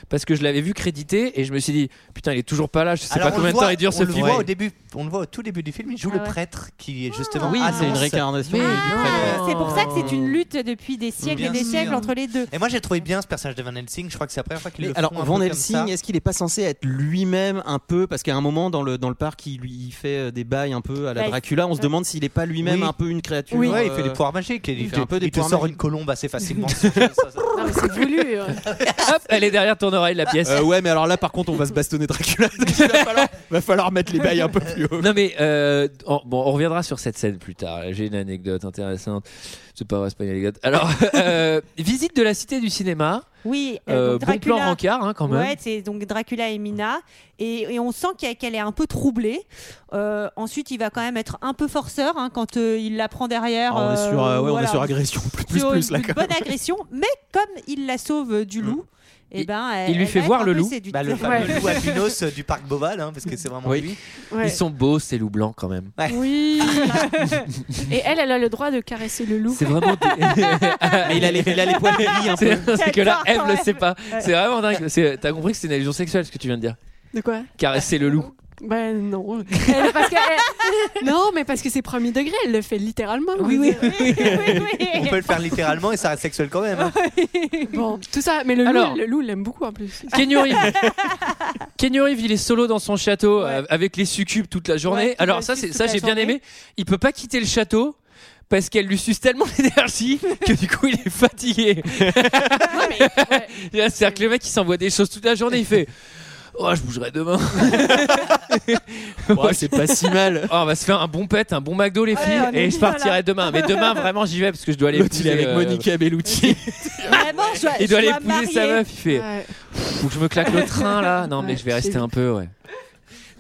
Parce que je l'avais vu crédité et je me suis dit putain il est toujours pas là, je sais Alors, pas on combien le de temps voit- il dure on ce le film. voit au début, on le voit au tout début du film, il joue Ah le ouais. prêtre qui est justement. Oui, c'est une annonce- réincarnation Mais Ah, du non. prêtre. Ah, C'est pour ça que c'est Oh. une lutte depuis des siècles Bien et des sûr. siècles entre les deux. Et moi j'ai trouvé bien ce personnage de Van Helsing, je crois que c'est la première fois qu'il Mais le alors, font un Van peu comme ça. Helsing, est-ce qu'il est pas censé être lui-même un peu Parce qu'à un moment, dans le, dans le parc, il lui il fait euh, des bails un peu à la Bah, il- Dracula. On se demande s'il est pas lui-même Oui. un peu une créature. Oui, euh, il fait des pouvoirs magiques. Il, il te, fait un peu des il te pouvoirs sort magiques. une colombe assez (laughs) facilement. (laughs) Ah, mais c'est voulu. euh. Hop, elle est derrière ton oreille la pièce. Euh, ouais, mais alors là, par contre, on va se bastonner Dracula. donc il va falloir, va falloir mettre les bails un peu plus haut. Non mais euh, on, bon, on reviendra sur cette scène plus tard. J'ai une anecdote intéressante. C'est pas vrai, c'est pas une anecdote. Alors (laughs) euh, visite de la cité du cinéma. Oui, Euh, euh, donc bon plan Dracula. rencard hein, quand même. Ouais, c'est donc Dracula et Mina. Et, et on sent qu'il y a- qu'elle est un peu troublée. Euh, ensuite, il va quand même être un peu forceur hein, quand euh, il la prend derrière. on est euh, sur, euh, ouais, voilà. on est sur agression plus plus Sur plus une, là. une quand bonne agression. Mais comme il la sauve euh, du loup, et Il- ben, elle, il lui elle fait va voir être le un peu loup. séduite. Bah, le fameux loup à Pinos euh, du parc Boval, hein, parce que c'est vraiment Oui. (laughs) lui. Ouais. Ils sont beaux ces loups blancs quand Bah, même. Oui. (laughs) et elle, elle a le droit de caresser le loup. C'est vraiment. (laughs) des- Mais il a les, il a les poils gris un peu. C'est c'est que là, J'adore, elle le ouais. sait pas. C'est vraiment dingue. C'est- T'as compris que c'est une allusion sexuelle ce que tu viens de dire. De quoi Caresser le loup. Ben (laughs) non. Elle- parce que elle- (laughs) Non, mais parce que c'est premier degré, elle le fait littéralement. Oui, je veux dire. Oui, oui, (laughs) On oui. peut le faire littéralement et ça reste sexuel quand même. hein. Bon, tout ça, mais le loup, Alors- le loup, il l'aime beaucoup en plus. Kenny (laughs) Reeves. Kenny Reeves, il est solo dans son château euh, avec les succubes toute la journée. Ouais, qui Alors le ça, sucent c'est toute ça la j'ai bien journée. aimé. Il peut pas quitter le château. Parce qu'elle lui suce tellement (laughs) d'énergie que du coup il est fatigué. Ouais, mais- ouais. C'est-à-dire que le mec il s'envoie des choses toute la journée, il fait Oh, je bougerai demain. (laughs) Ouais, c'est pas si mal. Oh, on va se faire un bon pet, un bon McDo, les filles, on est et je bien, partirai là. demain. Mais demain, vraiment, j'y vais parce que je dois aller L'autre, il est épouser, avec euh, Monica Bellucci. Vraiment, je dois, Il doit je aller dois épouser sa marier. meuf. Il fait Ouais. Faut que je me claque le train là. Non, mais Ouais, je vais j'ai rester vu. un peu, ouais.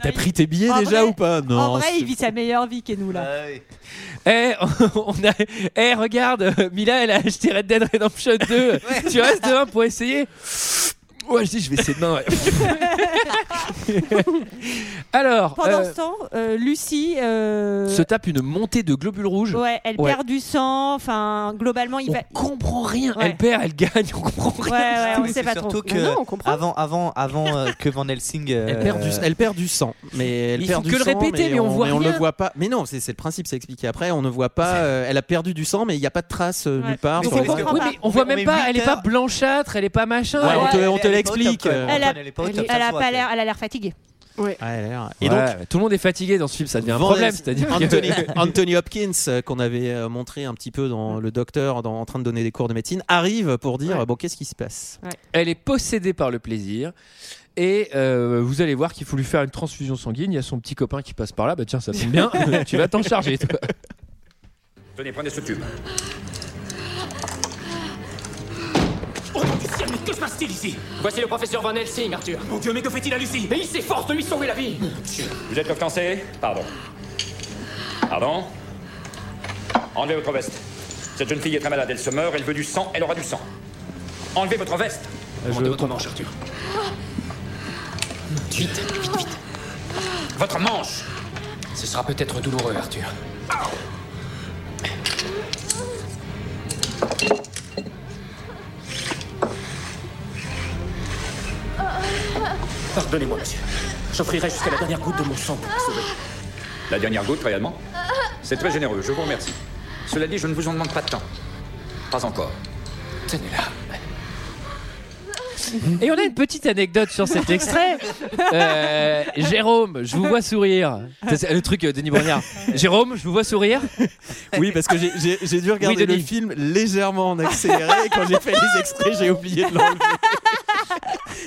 T'as pris tes billets En déjà vrai- ou pas Non. en vrai, c'est- il vit sa meilleure vie que nous là. Ah oui. Eh, (laughs) on a. Eh, regarde, (laughs) euh, Mila, elle a acheté Red Dead Redemption 2. Tu restes demain pour essayer Ouais, je dis, je vais essayer demain, ouais. (laughs) Alors, Pendant euh, ce temps, euh, Lucie. euh, se tape une montée de globules rouges. Ouais, elle Ouais. perd du sang. Enfin, globalement, il on va. comprend rien. Ouais. Elle perd, elle gagne, on comprend Ouais, rien. ouais, Ah, on Mais sait c'est pas trop. surtout Mais que non, on comprend. avant, avant, avant euh, que Van Helsing. euh, Elle perd, du, elle perd du sang, mais elle Il perd faut du que le sang, répéter, mais on voit ne rien. voit pas. Mais non, c'est c'est le principe, c'est expliqué après. On ne voit pas. euh, elle a perdu du sang, mais il n'y a pas de trace euh, Ouais. nulle part. Mais Donc sur on les- comprend voit- pas. oui, mais on voit Mais on même est pas, huit elle est pas heures. blanchâtre, elle est pas machin. Ouais, elle- on te, on te elle est pas au top, l'explique. quand même. euh, Elle a- est pas au elle top, est- ça Elle a se voit, pas l'air, elle a l'air fatiguée. ouais, Ah, elle a l'air. Et (laughs) donc, Ouais, tout le monde est fatigué dans ce film, ça devient un Van problème. Helsing- C'est-à-dire que- Anthony, Anthony Hopkins, euh, qu'on avait euh, montré un petit peu dans Le Docteur, dans- en train de donner des cours de médecine, arrive pour dire Bon, qu'est-ce qui se passe elle est possédée par le plaisir. Et euh, vous allez voir qu'il faut lui faire une transfusion sanguine. Il y a son petit copain qui passe par là. Bah tiens, ça tombe (laughs) bien. tu vas t'en charger. Toi. Tenez, prenez ce tube. Oh mon Dieu, mais que se passe-t-il ici Voici le professeur Van Helsing, Arthur. Mon Dieu, mais que fait-il à Lucie Et il s'efforce de lui sauver la vie. Vous êtes offensé Pardon. Pardon Enlevez votre veste. Cette jeune fille est très malade, elle se meurt, elle veut du sang, elle aura du sang. Enlevez votre veste Demandez votre manche, Arthur. Vite, vite, vite. Votre manche Ce sera peut-être douloureux, Arthur. Pardonnez-moi, monsieur. J'offrirai jusqu'à la dernière goutte de mon sang pour la sauver. La dernière goutte, réellement C'est très généreux, je vous remercie. Cela dit, je ne vous en demande pas de temps. Pas encore. Tenez-la. Et on a une petite anecdote sur cet extrait. Euh, Jérôme, je vous vois sourire. Ça, C'est le truc euh, Denis Brognard. Jérôme, je vous vois sourire. (laughs) Oui, parce que j'ai- j'ai j'ai dû regarder le Denis. film légèrement en accéléré. et quand j'ai fait les extraits, j'ai oublié de l'enlever.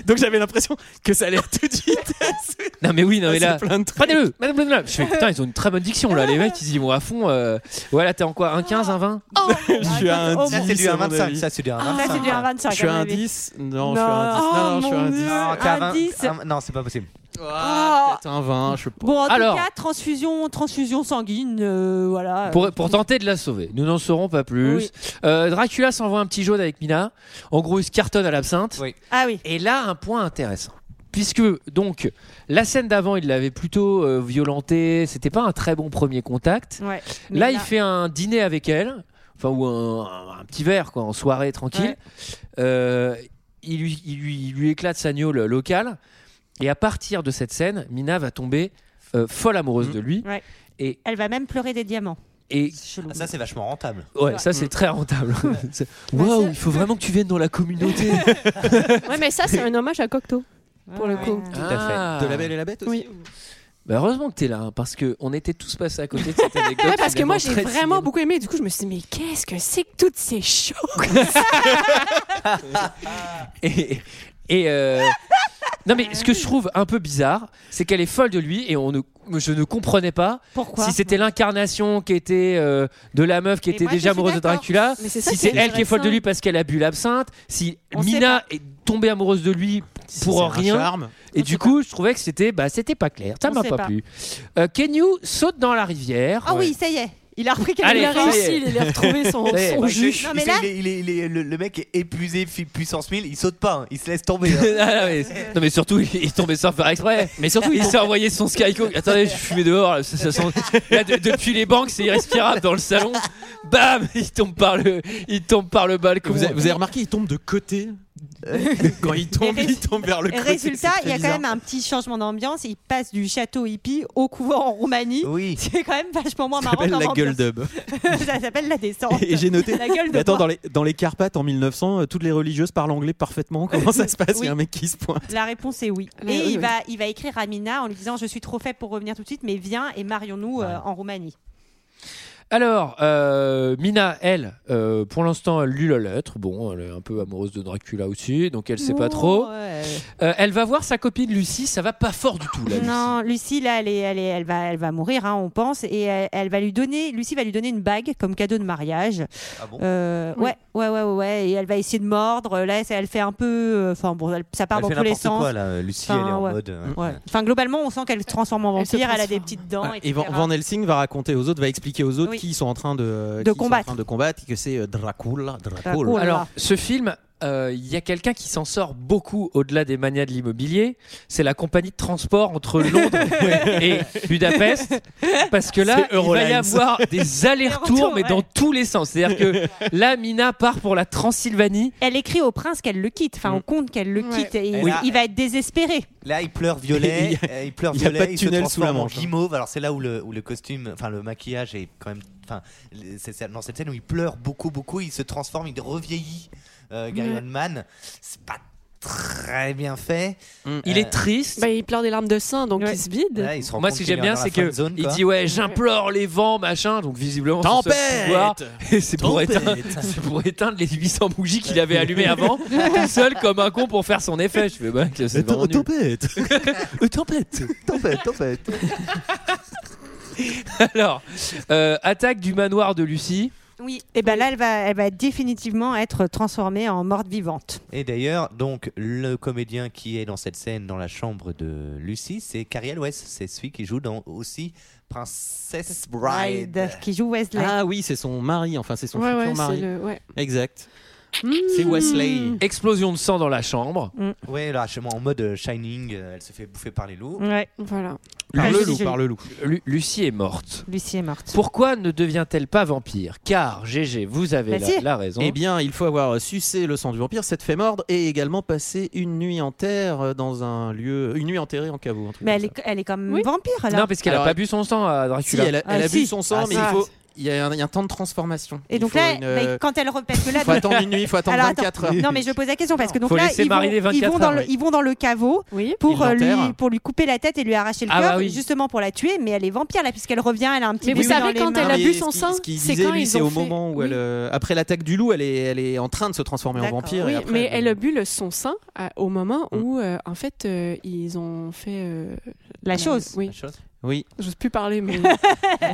Donc j'avais l'impression que ça allait à toute vitesse. Non mais oui, non mais C'est là. plein de trucs. Prenez-le, (laughs) madame, madame, madame. Je fais putain, ils ont une très bonne diction là, les mecs, ils y vont à fond. euh. Ouais, là t'es en quoi Un 15, un 20 Je suis à un Oh, 10. Ça, c'est du à mon 1,25. avis. Ah, Ça, c'est du Ah, Ça, 1,25. c'est du 1,25. Je suis à à un mon avis. 10. Non, je suis à un 10. Non, non, je suis à un 10. Non, Un t'as 10. 20, un- non, c'est pas possible. Ah. Peut-être un 20, je sais pas. Bon, en Alors. tout cas, transfusion, transfusion sanguine, euh, voilà. pour, pour tenter de la sauver. Nous n'en saurons pas plus. Oui. Euh, Dracula s'envoie un petit jaune avec Mina. En gros, il se cartonne à l'absinthe. Oui. Ah oui. Et là, un point intéressant. Puisque, donc, la scène d'avant, il l'avait plutôt euh, violentée. C'était pas un très bon premier contact. Ouais. Mais Là, il fait un dîner avec elle. enfin ou un, un petit verre quoi, en soirée tranquille. Euh, il, lui, il lui- il lui éclate sa gnôle locale. Et à partir de cette scène, Mina va tomber euh, folle amoureuse de lui. Ouais. Et, Elle va même pleurer des diamants. et Ah, ça, c'est vachement rentable. ouais, ça c'est très rentable. (laughs) C'est- Waouh, il faut vraiment que tu viennes dans la communauté. Ouais, mais ça, c'est un hommage à Cocteau, pour le coup. Tout à Ah. fait. De la belle et la bête aussi. Oui. Bah, heureusement que t'es là, hein, parce que on était tous passés à côté de cette anecdote. Ouais, parce que moi, j'ai finalement, très vraiment beaucoup aimé. Du coup, je me suis dit, mais qu'est-ce que c'est que toutes ces choses Et, et, euh, non, mais ce que je trouve un peu bizarre, c'est qu'elle est folle de lui et on ne, je ne comprenais pas Pourquoi si c'était l'incarnation qui était euh, de la meuf qui Mais était moi, déjà je suis amoureuse de d'accord. Dracula, Mais c'est ça si qui est c'est elle qui est folle de intéressant. lui parce qu'elle a bu l'absinthe, si On sait Mina est tombée amoureuse de lui Si c'est pour un rien. charme. Et du coup, je trouvais que c'était bah, c'était pas clair, ça On m'a sait pas, pas. plu. Euh, Kenyu saute dans la rivière. Ah oui, ça y est. Il a repris Allez, Il a ça y est. réussi, il a retrouvé son, Ça y est. son Bah, jus. Non, Il mais sait, là- il est- il est- il est- le, le mec est épuisé, pu- puissance 1000, il saute pas, hein, il se laisse tomber. (laughs) hein. (laughs) Ah, non, mais, non, mais surtout il est tombé sans faire exprès mais surtout il s'est envoyé son skycook attendez je fumais dehors là, ça- ça sent- là, de- depuis les banques c'est irrespirable dans le salon bam il tombe par le il tombe par le balcon Vous avez, vous avez remarqué, il tombe de côté. Quand il tombe, Et il tombe vers le Et côté. résultat, c'est il y a très quand même un petit changement d'ambiance. Il passe du château hippie au couvent en Roumanie. Oui. (laughs) C'est quand même vachement moins Ça marrant. s'appelle comme la ambiance. gueule d'ub. (laughs) ça s'appelle la descente. Et j'ai noté. La gueule de Mais attends, bois. dans les, dans les Carpates en 1900, euh, toutes les religieuses parlent anglais parfaitement. Comment ça se passe Il y a un mec qui se pointe. La réponse est oui. Mais et oui, il, oui. Va, il va écrire à Mina en lui disant Je suis trop faible pour revenir tout de suite, mais viens et marions-nous euh, en Roumanie. alors euh, Mina elle euh, pour l'instant elle lit la lettre bon elle est un peu amoureuse de Dracula aussi donc elle sait pas trop Ouais. Euh, elle va voir sa copine Lucie ça va pas fort du tout là Lucie. Non, Lucie, là, elle, est- elle, est- elle va, elle va mourir, hein, on pense. Et elle, elle va lui donner, Lucie va lui donner une bague comme cadeau de mariage. Ah bon Euh, ouais, ouais, ouais, ouais, ouais. Et elle va essayer de mordre. Là, ça- elle fait un peu. euh, Enfin, bon, elle- ça part Elle dans fait tous les n'importe sens. quoi là, euh, Lucie, Enfin, elle est en ouais. Mm. mode. euh, Ouais. Enfin, globalement, on sent qu'elle se transforme en Elle se vampire, elle, a des transforme. petites dents. Ouais, et etc. Van, Van Helsing va raconter aux autres, va expliquer aux autres Oui. qui ils sont en train de, De qui ils sont en combattre. train de combattre et que c'est euh, Dracula. Dracula. Dracula. Voilà. alors ce film euh, il y a quelqu'un qui s'en sort beaucoup au-delà des manias de l'immobilier, c'est la compagnie de transport entre Londres et Budapest, parce que là, C'est il va y Eurolines. avoir des allers-retours, retours, mais ouais. dans tous les sens. C'est-à-dire que là, Mina part pour la Transylvanie. Elle écrit au prince qu'elle le quitte, enfin, au comte qu'elle le Ouais. quitte. Et Et il- là- il va être désespéré. Là, il pleure violet. (laughs) Il y euh, il pleure il y a violet. pas de se tunnel sous transforme la en Manche, hein. Guimauve. Alors c'est là où le, où le costume, enfin le maquillage est quand même. Enfin, le- c'est c'est dans cette scène où il pleure beaucoup, beaucoup. Il se transforme, il revieillit. Euh, Gary Ouais. Oldman, c'est pas très bien fait. Il Euh, est triste. Ben, il pleure des larmes de sang, donc Ouais. il se vide. Là, il se rend Moi, compte ce que qu'il est j'aime bien, dans la c'est fan que zone, il quoi. dit ouais, j'implore les vents, machin. Donc visiblement, c'est son pouvoir. (laughs) Tempête Et c'est pour, Tempête éteindre, c'est pour éteindre les 800 bougies qu'il avait allumées avant, tout seul comme un con pour faire son effet. Je fais bah, que c'est vraiment nul. Tempête Tempête (laughs) Tempête, tempête. Alors, euh, attaque du manoir de Lucie. Oui, et ben là, elle va, elle va définitivement être transformée en morte vivante. Et d'ailleurs, donc le comédien qui est dans cette scène dans la chambre de Lucie, c'est Cariel West. C'est celui qui joue dans aussi Princess Bride. Qui joue Wesley. Ah oui, c'est son mari, enfin c'est son Ouais, futur ouais, c'est mari. le. Ouais. Exact. Mmh. C'est Ah, Wesley. Explosion de sang dans la chambre. Ouais, là, chez moi, en mode euh, Shining, euh, elle se fait bouffer par les loups. Ouais, Voilà. Par le joli, loup, joli. par le loup. Lu- Lucie est morte. Lucie est morte. Pourquoi ne devient-elle pas vampire Car, GG, vous avez Bah la, si. la raison. Eh bien, il faut avoir euh, sucé le sang du vampire, s'être fait mordre et également passer une nuit en terre euh, dans un lieu, une nuit enterrée en caveau. un truc Mais comme elle ça. est, elle est quand même Oui. vampire alors. non, parce qu'elle n'a Alors, pas bu son sang à Si, Dracula. elle a, Ah, elle a bu si. son sang, Ah, mais ça. il faut, il y, a un- il y a un temps de transformation. Et Il donc faut là, une, bah, euh, quand elle repère que là, faut attendre une (laughs) nuit, il faut attendre Alors, attends. 24 heures. non mais je pose la question parce que donc Faut là laisser ils vont, mariner ils 24 vont dans heures, le, oui. ils vont dans le caveau Oui. pour Ils euh, lui l'enterrent. pour lui couper la tête et lui arracher le Ah cœur bah oui. justement pour la tuer mais elle est vampire là puisqu'elle revient elle a un petit Mais vous bout dans savez les quand mains. elle a mais bu ce son qui- sang, ce qu'il c'est disait, quand lui, ils c'est ont au fait- moment où Oui. elle, euh, après l'attaque du loup, elle est, elle est en train de se transformer en D'accord. vampire. et Oui, après, mais elle- elle a bu le, son sang à- au moment Mm. où, euh, en fait, euh, ils ont fait. euh, La chose. Oui, Oui, j'ose plus (laughs) parler, mais.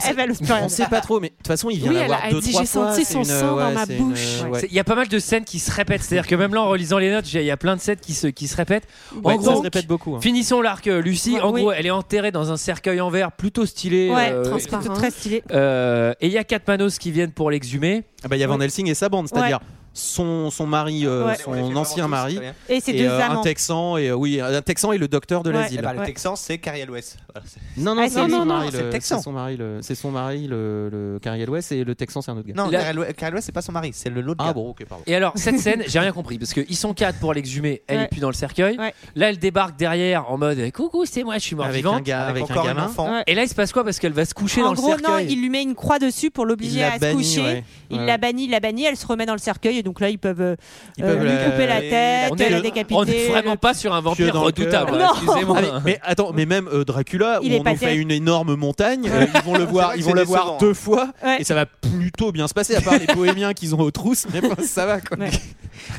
elle va le on sait pas trop, mais de toute façon, il vient Oui, la elle voir a- elle deux, dit, trois j'ai fois, senti c'est son une- sang dans ouais, ma c'est une- euh, bouche. ouais. Ouais. C'est- Il y a pas mal de scènes qui se répètent. C'est-à-dire que même là, en relisant les notes, j'ai- il y a plein de scènes qui se, qui se répètent. Ouais, en ça gros, se répète beaucoup. hein. finissons l'arc. euh, Lucie, Ouais, en oui. gros, elle est enterrée dans un cercueil en verre plutôt stylé. Ouais, euh, transparent. et- Très stylé. euh, et il y a quatre manos qui viennent pour l'exhumer. Ah bah, il y a Van Helsing et sa bande, c'est-à-dire son, son mari, euh, Ouais. Ouais, son j'ai ancien vraiment mari, tous, très bien. Et ses deux euh, un amants. Texan et euh, oui, un Texan et le docteur de Ouais. l'asile. Eh ben, le Texan, c'est Cariel West. Voilà, c'est- Non, non, Ah, c'est c'est son, lui. mari, c'est le- le c'est Texan. son mari, le, c'est son mari, le, le Cariel West et le Texan, c'est un autre gars. Non, Cariel West- Cariel West, c'est pas son mari, c'est le l'autre Ah gars. bon, ok, pardon. Et alors, cette scène, j'ai rien compris parce qu'ils sont quatre pour l'exhumer, elle est Ouais. plus dans le cercueil. Là, elle débarque derrière en mode Coucou, c'est moi, je suis mort Avec vivant. un gars- Ah, Avec avec un encore gamin. un enfant. Bah, Ouais. Et là, il se passe quoi Parce qu'elle va se coucher dans en gros, le non, cercueil. il lui met une croix dessus pour Il l'obliger l'a à se banni, coucher. ouais. Il Ouais. la bannit, il la bannit, elle se remet dans le cercueil et donc là ils peuvent, euh, Ils euh, peuvent lui la- euh, couper la tête, on est- la on décapiter. est vraiment pas sur un Pieux vampire dans le cœur. redoutable. Excusez-moi. Ah, mais, mais attends, mais même euh, Dracula, Il où est on pas nous fait tel. une énorme montagne, euh, ils vont le voir, vrai ils que (laughs) vont c'est la voir décevant, deux hein. fois, Ouais. et ça va plutôt bien se passer, à part les bohémiens qu'ils ont aux trousses, mais bon, ça va quoi.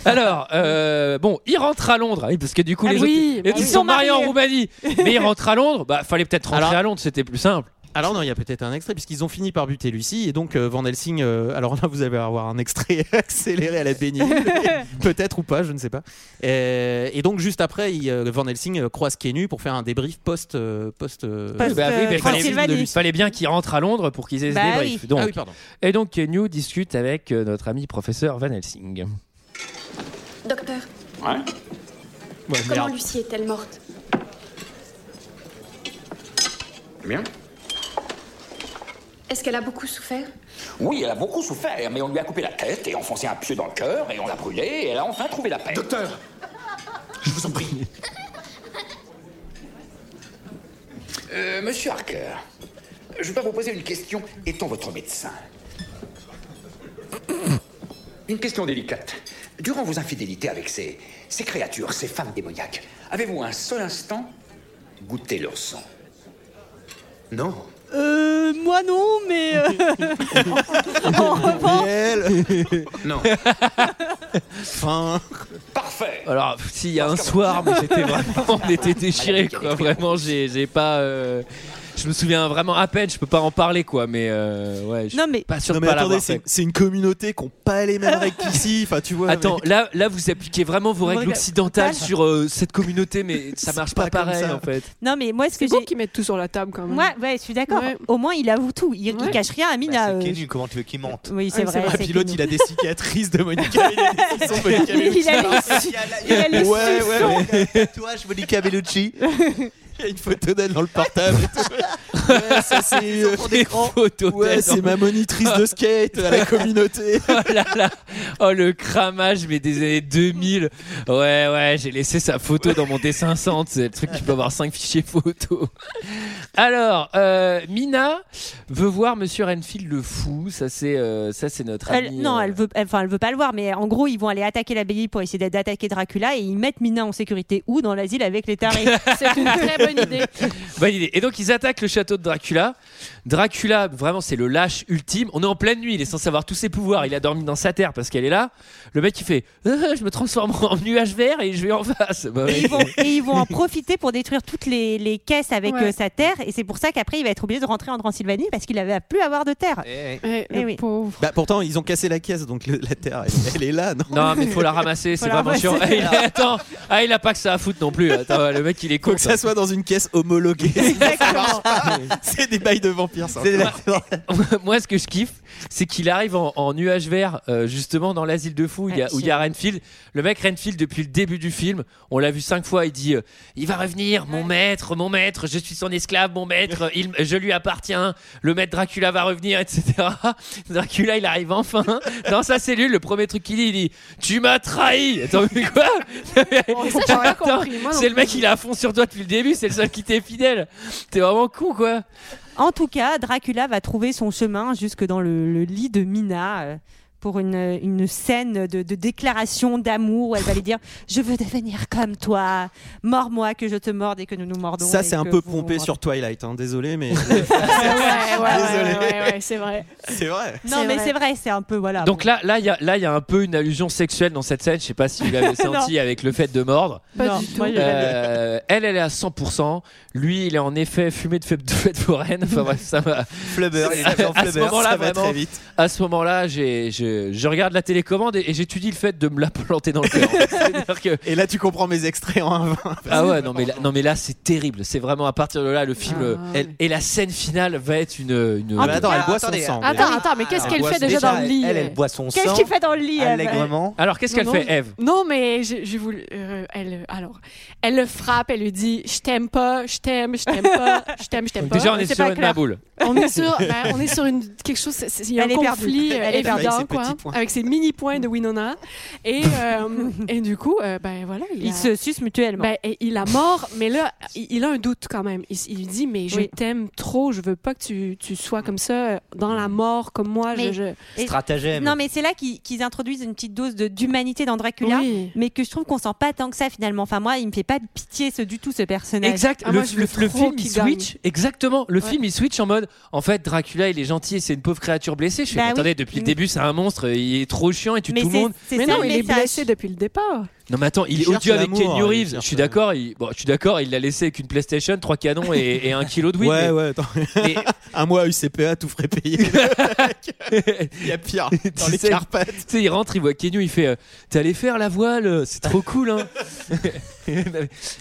Alors, euh, bon, il rentre à Londres, oui, parce que du coup, Ah les oui, autres- et bah ils oui. sont mariés en mariés. Roumanie. Mais il rentre à Londres, bah fallait peut-être rentrer à Londres, c'était plus simple. Alors non, il y a peut-être un extrait puisqu'ils ont fini par buter Lucie et donc euh, Van Helsing. euh, alors là, vous allez avoir un extrait (laughs) accéléré à la bénédiction, peut-être ou pas, je ne sais pas. Euh, Et, et donc juste après, il, euh, Van Helsing euh, croise Kenu pour faire un débrief post euh, post. euh, Oui, bah oui, mais fallait, de il Lucie. fallait bien qu'ils rentrent à Londres pour qu'ils aient Bah ce débrief. oui. Donc. Ah oui, pardon. Et donc, New discute avec euh, notre ami professeur Van Helsing. Docteur, Ouais Ouais, comment merde. Lucie est-elle morte Bien Est-ce qu'elle a beaucoup souffert Oui, elle a beaucoup souffert, mais on lui a coupé la tête et enfoncé un pieu dans le cœur et on l'a brûlée et elle a enfin trouvé la paix. Docteur Je vous en prie. Euh, monsieur Harker, je dois vous poser une question étant votre médecin. Une question délicate. Durant vos infidélités avec ces, ces créatures, ces femmes démoniaques, avez-vous un seul instant goûté leur sang Non. Euh, moi non, mais (laughs) euh, (laughs) en revanche, (laughs) Non. Enfin. Parfait. Alors, pff, s'il y a un soir, mais j'étais vraiment, on était déchirés, quoi. Vraiment, j'ai j'ai pas. euh, Je me souviens vraiment à peine, je peux pas en parler, quoi. Mais euh, ouais, je Non, suis mais- pas sûr Non de mais pas attendez, l'avoir c'est fait. c'est une communauté qui n'ont pas les mêmes règles qu'ici. Enfin, tu vois. Attends, mais- là, là, vous appliquez vraiment vos règles Regarde. occidentales Total. sur euh, cette communauté, mais ça marche pas, pas comme pareil, ça. en fait. non mais moi ce que C'est bon j'ai, qu'ils mettent tout sur la table quand même. moi, ouais, je suis d'accord. Au moins il avoue tout, il, il Ouais. cache rien, Amina. Bah, C'est euh, Kenny, comment tu veux qu'il mente Oui, c'est Ah, vrai. c'est c'est Et puis l'autre, Kenny. il a des cicatrices de (laughs) Monica. il a des cicatrices de Monica Bellucci. (laughs) Il a les- il a les Ouais, ouais, suçons. mais- Toi, je Monica Bellucci. Il y a une photo d'elle dans le portable. et (laughs) tout. Ouais, ça, c'est euh, Des photos ouais, d'elle c'est ma monitrice de (laughs) skate à la communauté. (laughs) Oh là là Oh le cramage mais des années 2000 Ouais ouais j'ai laissé sa photo dans mon D500 C'est le truc qui peut avoir 5 fichiers photo Alors euh, Mina veut voir Monsieur Renfield le fou Ça c'est euh, ça c'est notre Elle- ami non, euh, elle veut, elle- enfin, elle veut pas le voir, mais en gros, ils vont aller attaquer l'abbaye pour essayer d'attaquer Dracula et ils mettent Mina en sécurité ou dans l'asile avec les tarés. (laughs) C'est une très (laughs) bonne idée. Bonne idée. Et donc ils attaquent le château de Dracula. Dracula, vraiment, c'est le lâche ultime. On est en pleine nuit, il est censé avoir tous ses pouvoirs. Il a dormi dans sa terre parce qu'elle est là. Le mec, il fait (laughs) Euh, Je me transforme en nuage vert et je vais en face. Bah, Et ouais. ils, vont, et ils vont en profiter pour détruire toutes les, les caisses avec Ouais. euh, sa terre. Et c'est pour ça qu'après, il va être obligé de rentrer en Transylvanie parce qu'il n'avait plus à avoir de terre. Eh, Eh le oui. pauvre. Bah, pourtant, ils ont cassé la caisse, donc le- la terre, elle, elle est là, non Non, mais faut la ramasser, c'est la vraiment chiant. Ah, (laughs) il, attends, ah, il a pas que ça à foutre non plus. Attends, le mec, il est con. Faut que (laughs) ça soit dans une caisse (laughs) homologuée. Exactement. c'est des bails de vampires, ça. (laughs) Moi, ce que je kiffe, c'est qu'il arrive en, en nuage vert, euh, justement dans l'asile de fous, où il y a- où il y a Renfield. Le mec Renfield, depuis le début du film, on l'a vu cinq fois, il dit euh, Il va revenir, mon maître, mon maître, je suis son esclave, mon (laughs) maître, il, je lui appartiens, le maître Dracula va revenir, etc. (laughs) Dracula, il arrive enfin hein, dans sa cellule. Le premier truc qu'il dit, il dit Tu m'as trahi Attends, mais quoi Oh, ça, j'ai rien Attends, compris. Moi Ah non C'est le plus. mec, il est à fond sur toi depuis le début, c'est le seul qui t'est fidèle. T'es vraiment con, quoi. En tout cas, Dracula va trouver son chemin jusque dans le, le lit de Mina. euh, Pour une, une scène de, de déclaration d'amour, où elle va lui dire Je veux devenir comme toi, mords-moi que je te morde et que nous nous mordons. Ça, et c'est un que peu vous pompé vous sur Twilight, hein, désolé, (laughs) mais Ouais, ouais, ouais, Désolé. ouais, ouais, ouais, c'est vrai. c'est vrai. mordez. Non, C'est mais vrai. c'est vrai, c'est un peu. Ah voilà. Donc là, là, il y a, là, il y a un peu une allusion sexuelle dans cette scène. Je sais pas si vous (laughs) l'avez senti avec le fait de mordre. Pas Non, du tout. moi, je- Euh, elle, elle est à 100%. Lui, il est en effet fumé de fête, de fête foraine. Enfin bref, ça m'a. Flubber, il (laughs) est À en ce Flubber, moment-là, ça va vraiment. très vite. À ce moment-là, j'ai, j'ai- euh, je regarde la télécommande et, et j'étudie le fait de me la planter dans le (laughs) cœur. C'est-à-dire que- Et là, tu comprends mes extraits en un vingt. Ah ouais, non mais, là, non, mais là, c'est terrible. C'est vraiment à partir de là, le Ah film euh, elle- et la scène finale va être une. une... Ah, mais attends, elle boit son sang. Attends, attends, mais qu'est-ce qu'elle fait déjà dans le lit euh elle boit son Qu'est-ce sang qu'elle fait dans le euh, lit, Ève allègrement. Alors, qu'est-ce qu'elle Non, fait, non, Eve Non, mais je, je voulais. euh, elle, alors, elle le frappe, elle lui dit Je t'aime pas, je t'aime, je t'aime pas, je t'aime, je t'aime pas. Déjà, on est C'est sur pas une clair. maboule. On est sur, ben, on est sur une, quelque chose. c'est- c'est- Il y a Elle est un perdue. conflit euh, Elle est perdue. évident, Avec ses quoi, petits hein, points. avec ses mini points de Winona. Et, euh, et du coup, euh, ben voilà. Ils se sucent mutuellement. il a mort, mais là, il, il a un doute quand même. Il, s- il lui dit Mais je Oui. t'aime trop, je veux pas que tu, tu sois comme ça, euh, dans la mort, comme moi. je- Mais- je- et- Stratagème. Non, mais c'est là qu'ils qu'ils introduisent une petite dose de- d'humanité dans Dracula, mais que je trouve qu'on sent pas tant que ça finalement. Enfin, moi, il me fait pas pitié ce, du tout ce personnage. Exact, Ah, le, le- le film il switch, exactement. Le film il switch en mode en fait Dracula il est gentil et c'est une pauvre créature blessée. Je fais, Bah oui. attendez, depuis le début c'est un monstre, il est trop chiant et tue tout le monde. Mm. Mais ça non, le il est message. blessé depuis le départ. Non mais attends, il, Il est odieux cherche avec l'amour, Kenny il Reeves. cherche- Je suis d'accord, il... Bon, je suis d'accord, il l'a laissé avec une PlayStation, trois canons (laughs) et, et un kilo de weed. Ouais, mais- ouais, attends. un mois à UCPA, tout frais (laughs) payé. il y a pire. Dans Tu les sais, Carpates. (laughs) Tu sais, il rentre, il voit Kenyu, il fait euh, T'es allé faire la voile, euh, c'est trop cool. Hein. (laughs)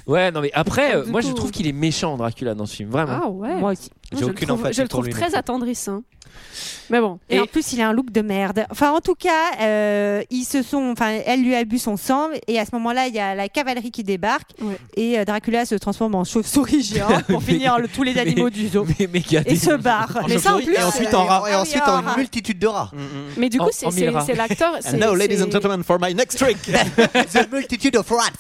ouais, non, mais après, euh, Du moi je coup- trouve qu'il est méchant, Dracula, dans ce film, vraiment. Ah ouais. Moi aussi. J'ai je le aucune trouve- empathie Je le pour trouve lui, non très plus. attendrissant. Mais bon. Et, en plus, il a un look de merde. Enfin, en tout cas, euh, ils se sont. Enfin, elle lui a bu son sang, et à ce moment-là, il y a la cavalerie qui débarque, et euh, Dracula se transforme en (laughs) chauve-souris géante pour finir le- tous les animaux du zoo. (laughs) Mais, mais gars, Et des- se barre. En Mais ça, en chauve-souris, plus, et ensuite en rat. Ah oui, Et ensuite en rat. une multitude de rats. Mais du En- coup, c'est- en mille c'est rats. c'est (laughs) l'acteur. And c'est- now, ladies and c'est- gentlemen, for my next trick. (laughs) The multitude of rats. (laughs)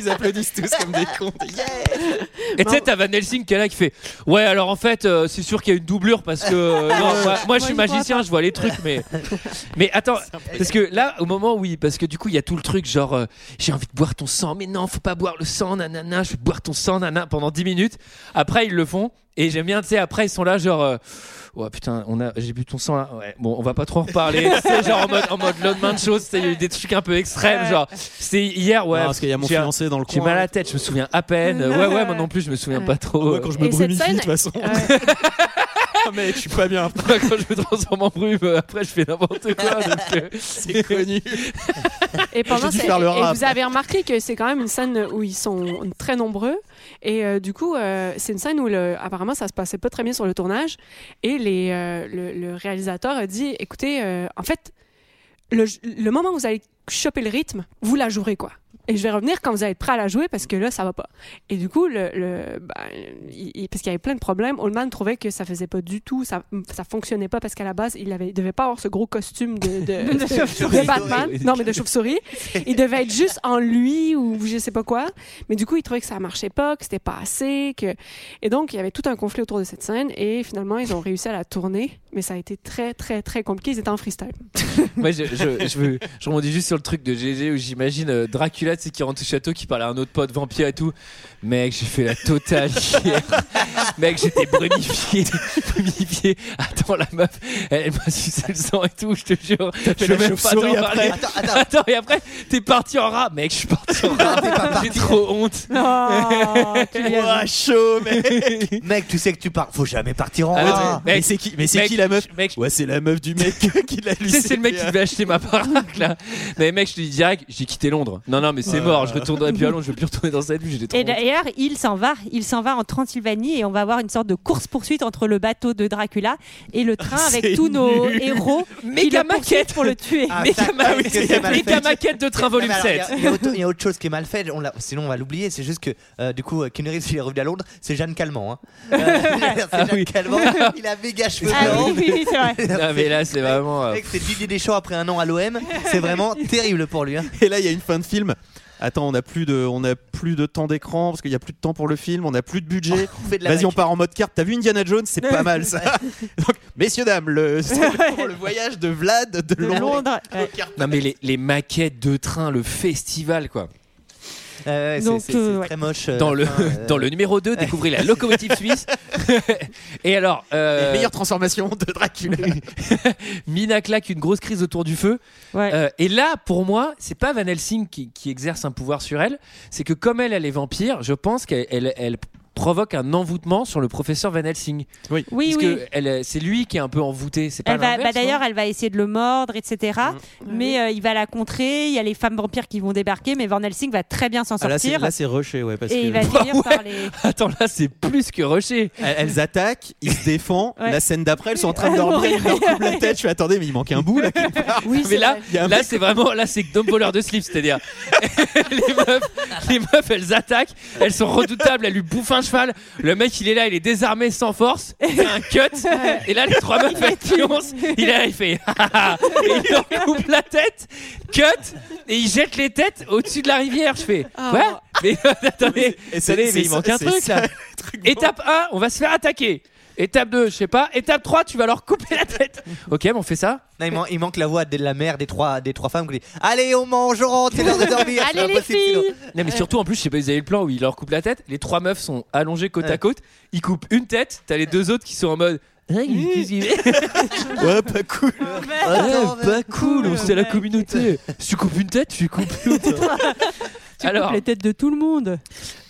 Ils applaudissent tous comme des (laughs) cons. Et tu sais, t'as Van Helsing qui est là qui fait Ouais, alors en fait, euh, c'est sûr qu'il y a une doublure parce que euh, non, moi, moi, je suis Moi, j'y magicien, je vois les trucs, mais. Mais attends, parce que là, au moment où il. Parce que du coup, il y a tout le truc genre euh, J'ai envie de boire ton sang, mais non, faut pas boire le sang, nanana, je vais boire ton sang, nanana, pendant 10 minutes. Après, ils le font, et j'aime bien, tu sais, après, ils sont là genre. euh, Ouais putain, on a, j'ai bu ton sang là. Ouais, bon, on va pas trop en reparler. c'est genre en mode, en mode lendemain de choses, c'est il y a eu des trucs un peu extrêmes. Genre, c'est hier, ouais. Non, parce qu'il y a mon j'ai un- fiancé dans le J'ai coin. mal à la tête, je me souviens à peine. Ouais, ouais, moi non plus, je me souviens pas trop. Moi, quand je me Et brumifie, cette scène- de toute façon. (laughs) Ah, mec, je suis pas bien. Moi, quand je me transforme en brume, euh, après je fais n'importe quoi. euh. C'est connu. Et (laughs) pendant J'ai dû ce- faire le et- rap. et vous avez remarqué que c'est quand même une scène où ils sont très nombreux et euh, du coup euh, c'est une scène où le- apparemment ça se passait pas très bien sur le tournage et les, euh, le, le réalisateur a dit écoutez euh, en fait le, le moment où vous allez choper le rythme vous la jouerez quoi et je vais revenir quand vous allez être prêt à la jouer parce que là ça va pas et du coup le, le- ben, il- il- parce qu'il y avait plein de problèmes Oldman trouvait que ça faisait pas du tout ça ça fonctionnait pas parce qu'à la base il avait il devait pas avoir ce gros costume de, de, De chauve-souris. de Batman non mais de chauve-souris il devait être juste en lui ou je sais pas quoi mais du coup il trouvait que ça marchait pas que c'était pas assez que et donc il y avait tout un conflit autour de cette scène et finalement ils ont réussi à la tourner mais ça a été très très très compliqué ils étaient en freestyle (laughs) Moi, je, je, je, veux- je rebondis juste sur le truc de GG où j'imagine euh, Dracula, tu sais, qui rentre au château, qui parle à un autre pote vampire et tout. Mec, j'ai fait la totale (laughs) hier. Mec, j'étais (laughs) brumifié. brumifié. Attends, la meuf, elle, elle m'a sucé le sang et tout, je te jure. fait Je la veux même pas chauve-souris t'en parler. après. (laughs) Attends, et après, t'es parti en rat. Mec, je suis parti (laughs) en rat. J'ai trop honte. Ouah, chaud, mec. Ah, Mec, tu sais que tu pars. Faut jamais partir en Ah, rats. mais- Mais c'est qui, mais c'est mec, qui la meuf mec, Ouais, c'est la meuf du mec (laughs) qui l'a Tu lu. sais, c'est le mec qui (laughs) devait acheter ma baraque là. Mais mec, je te dis direct, j'ai quitté Londres. Non, non, mais c'est Ouais. mort, je retournerai plus à Londres, je veux plus retourner dans cette ville, j'étais trop. Et d'ailleurs, il s'en va, il s'en va en Transylvanie et on va avoir une sorte de course-poursuite entre le bateau de Dracula et (laughs) le train C'est avec tous nos nul. héros. Méga qui le poursuivent maquette. pour le tuer. Ah, Méga ça- ma- ah oui, c'est méga mal fait. maquette de train volume Mais alors, il y a- 7. Il y, a autre- il y a autre chose qui est mal faite, on l'a- sinon on va l'oublier. C'est juste que euh, du coup, euh, Keanu Reeves, il est revenu à Londres, c'est Jeanne Calment. hein. Euh, c'est Jeanne Calment, il a méga cheveux (laughs) Ah blancs. oui, oui, oui, c'est vrai. Non, mais là, c'est vraiment. euh, Mec, C'est Didier Deschamps après un an à l'OM, c'est vraiment terrible pour lui. hein. (laughs) Et là, il y a une fin de film. Attends, on a plus de, on a plus de temps d'écran parce qu'il y a plus de temps pour le film, on a plus de budget. On fait de la Vas-y, on vague. part en mode carte. T'as vu Indiana Jones C'est pas mal (laughs) ça. Donc, messieurs dames, le, (laughs) c'est le- pour le voyage de Vlad de De Londres. Londres. ouais. Non, mais les, les maquettes de train, le festival quoi. Euh, ouais, c'est- Donc, c'est c'est euh, ouais. très moche. euh, Dans le, la fin, euh, (laughs) dans le numéro 2, découvrez la locomotive suisse. (laughs) Et alors, Les euh, meilleures transformations de Dracula. (laughs) Mina claque une grosse crise autour du feu. Ouais. Euh, et là, pour moi, c'est pas Van Helsing qui, qui exerce un pouvoir sur elle, c'est que comme elle, elle est vampire, je pense qu'elle elle, elle provoque un envoûtement sur le professeur Van Helsing. Oui, Oui, Parce que oui. elle, euh, c'est lui qui est un peu envoûté. C'est pas Elle va, l'inverse, bah d'ailleurs, elle va essayer de le mordre, etc. Mm. Mais euh, il va la contrer. Il y a les femmes vampires qui vont débarquer, mais Van Helsing va très bien s'en Ah, là, c'est- sortir. là, c'est rushé, ouais. Parce et que... il va finir par les. (laughs) Attends, là, c'est plus que rusher. (laughs) Elles, elles attaquent, ils se défendent. Ouais. La scène d'après, elles sont (laughs) en train de Elles leur vont brûler, ils leur rire. coupent la tête. Je fais attendez, mais il manque un bout là. quelque part. mais là, Il y a un là mec- c'est vraiment là c'est Dom voleur de slip, c'est-à-dire (laughs) les meufs, les meufs, elles attaquent, elles sont redoutables, elles lui bouffent un cheval. Le mec, il est là, il est désarmé, sans force, il fait un cut, et là les trois meufs elles foncent, il est là, il fait, Ah, ah, ah. Et il leur coupe la tête, cut, et il jette les têtes au-dessus de la rivière. Je fais, Ah. quoi Mais (laughs) attendez, Et c'est- attendez, mais c'est il manque ça- un c'est truc ça, (laughs) là. Étape 1, on va se faire attaquer. Étape 2, je sais pas. Étape 3, tu vas leur couper la tête. Ok, mais on fait ça Non, il, man- il manque la voix de la mère des trois, des trois femmes qui dit Allez, on mange, on rentre, c'est l'heure de (laughs) dormir. c'est pas possible, sinon. hein. Non, mais surtout, en plus, je sais pas, ils avaient le plan où ils leur coupent la tête. Les trois meufs sont allongées côte à côte. Ils coupent une tête. T'as les deux autres qui sont en mode. Ah, il est désolé. ouais, pas cool. Ah, pas cool, c'est la communauté. Si tu coupes une tête, tu coupes l'autre. Alors, les têtes de tout le monde.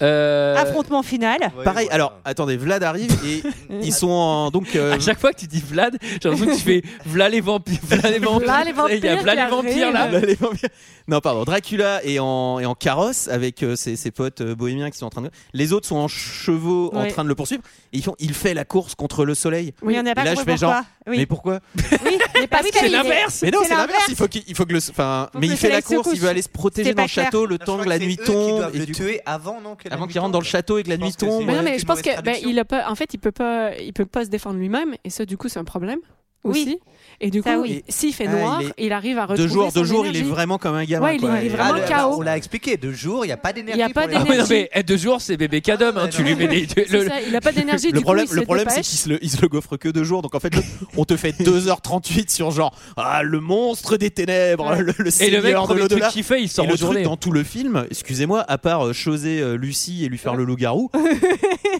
euh, Affrontement final. Pareil, alors attendez, Vlad arrive et ils sont en, donc. euh, à chaque fois que tu dis Vlad, j'ai l'impression que tu fais Vlad les vampires. Vlad les vampires. Vlad les Il y a vampires Vlad qui les vampires là. Vlad les vampires. Non, pardon, Dracula est en, est en carrosse avec euh, ses, ses potes euh, bohémiens qui sont en train de. Les autres sont en chevaux en Ouais. train de le poursuivre et ils font il fait la course contre le soleil. Oui, on n'a pas Et là, je compris fais genre, pourquoi. Oui. Mais pourquoi (laughs) Ah Oui, mais parce oui, que C'est il est- l'inverse. Mais non, C'est c'est l'inverse. l'inverse. Il faut qu'il il faut que le. Enfin, Faut que mais il le fait la soleil se course. Il couche. veut aller se protéger C'est dans pas le château le Je temps crois que la c'est nuit eux qui tombe. doivent et le du coup- tuer avant, non que la Avant nuit qu'il rentre dans le tombe. château et que la Je nuit pense que tombe. c'est- Mais non, Ouais, mais c'est je une pense que mauvaise ben, traduction. il a pas. En fait, il peut pas, il peut pas se défendre lui-même, et ça, du coup, c'est un problème Oui. aussi. Et du coup, Ça, oui. s'il fait Ah, il noir, est- il, arrive à retrouver Deux jours, son deux jours, il est énergie. vraiment comme un gamin. Ouais, il est- quoi. il est Et- vraiment Ah, le- KO. On l'a expliqué, deux jours, il n'y a pas d'énergie. Il y a pour pas les- Ah oui, non, d'énergie. mais eh, deux jours, c'est bébé cadom. Hein, tu lui (laughs) mets des. C'est le- ça, il a pas d'énergie. Le du problème, coup, il le se problème c'est dépêche. qu'il se, le- il se le gaufre que deux jours. Donc en fait, le- on te fait 2h38 sur genre ah, le monstre des ténèbres, Ouais. le, le Et le mec, seigneur de premier truc l'au-delà. qu'il fait, il sort Et le en truc journée. dans tout le film, excusez-moi, à part euh, choser euh, Lucie et lui faire le loup-garou,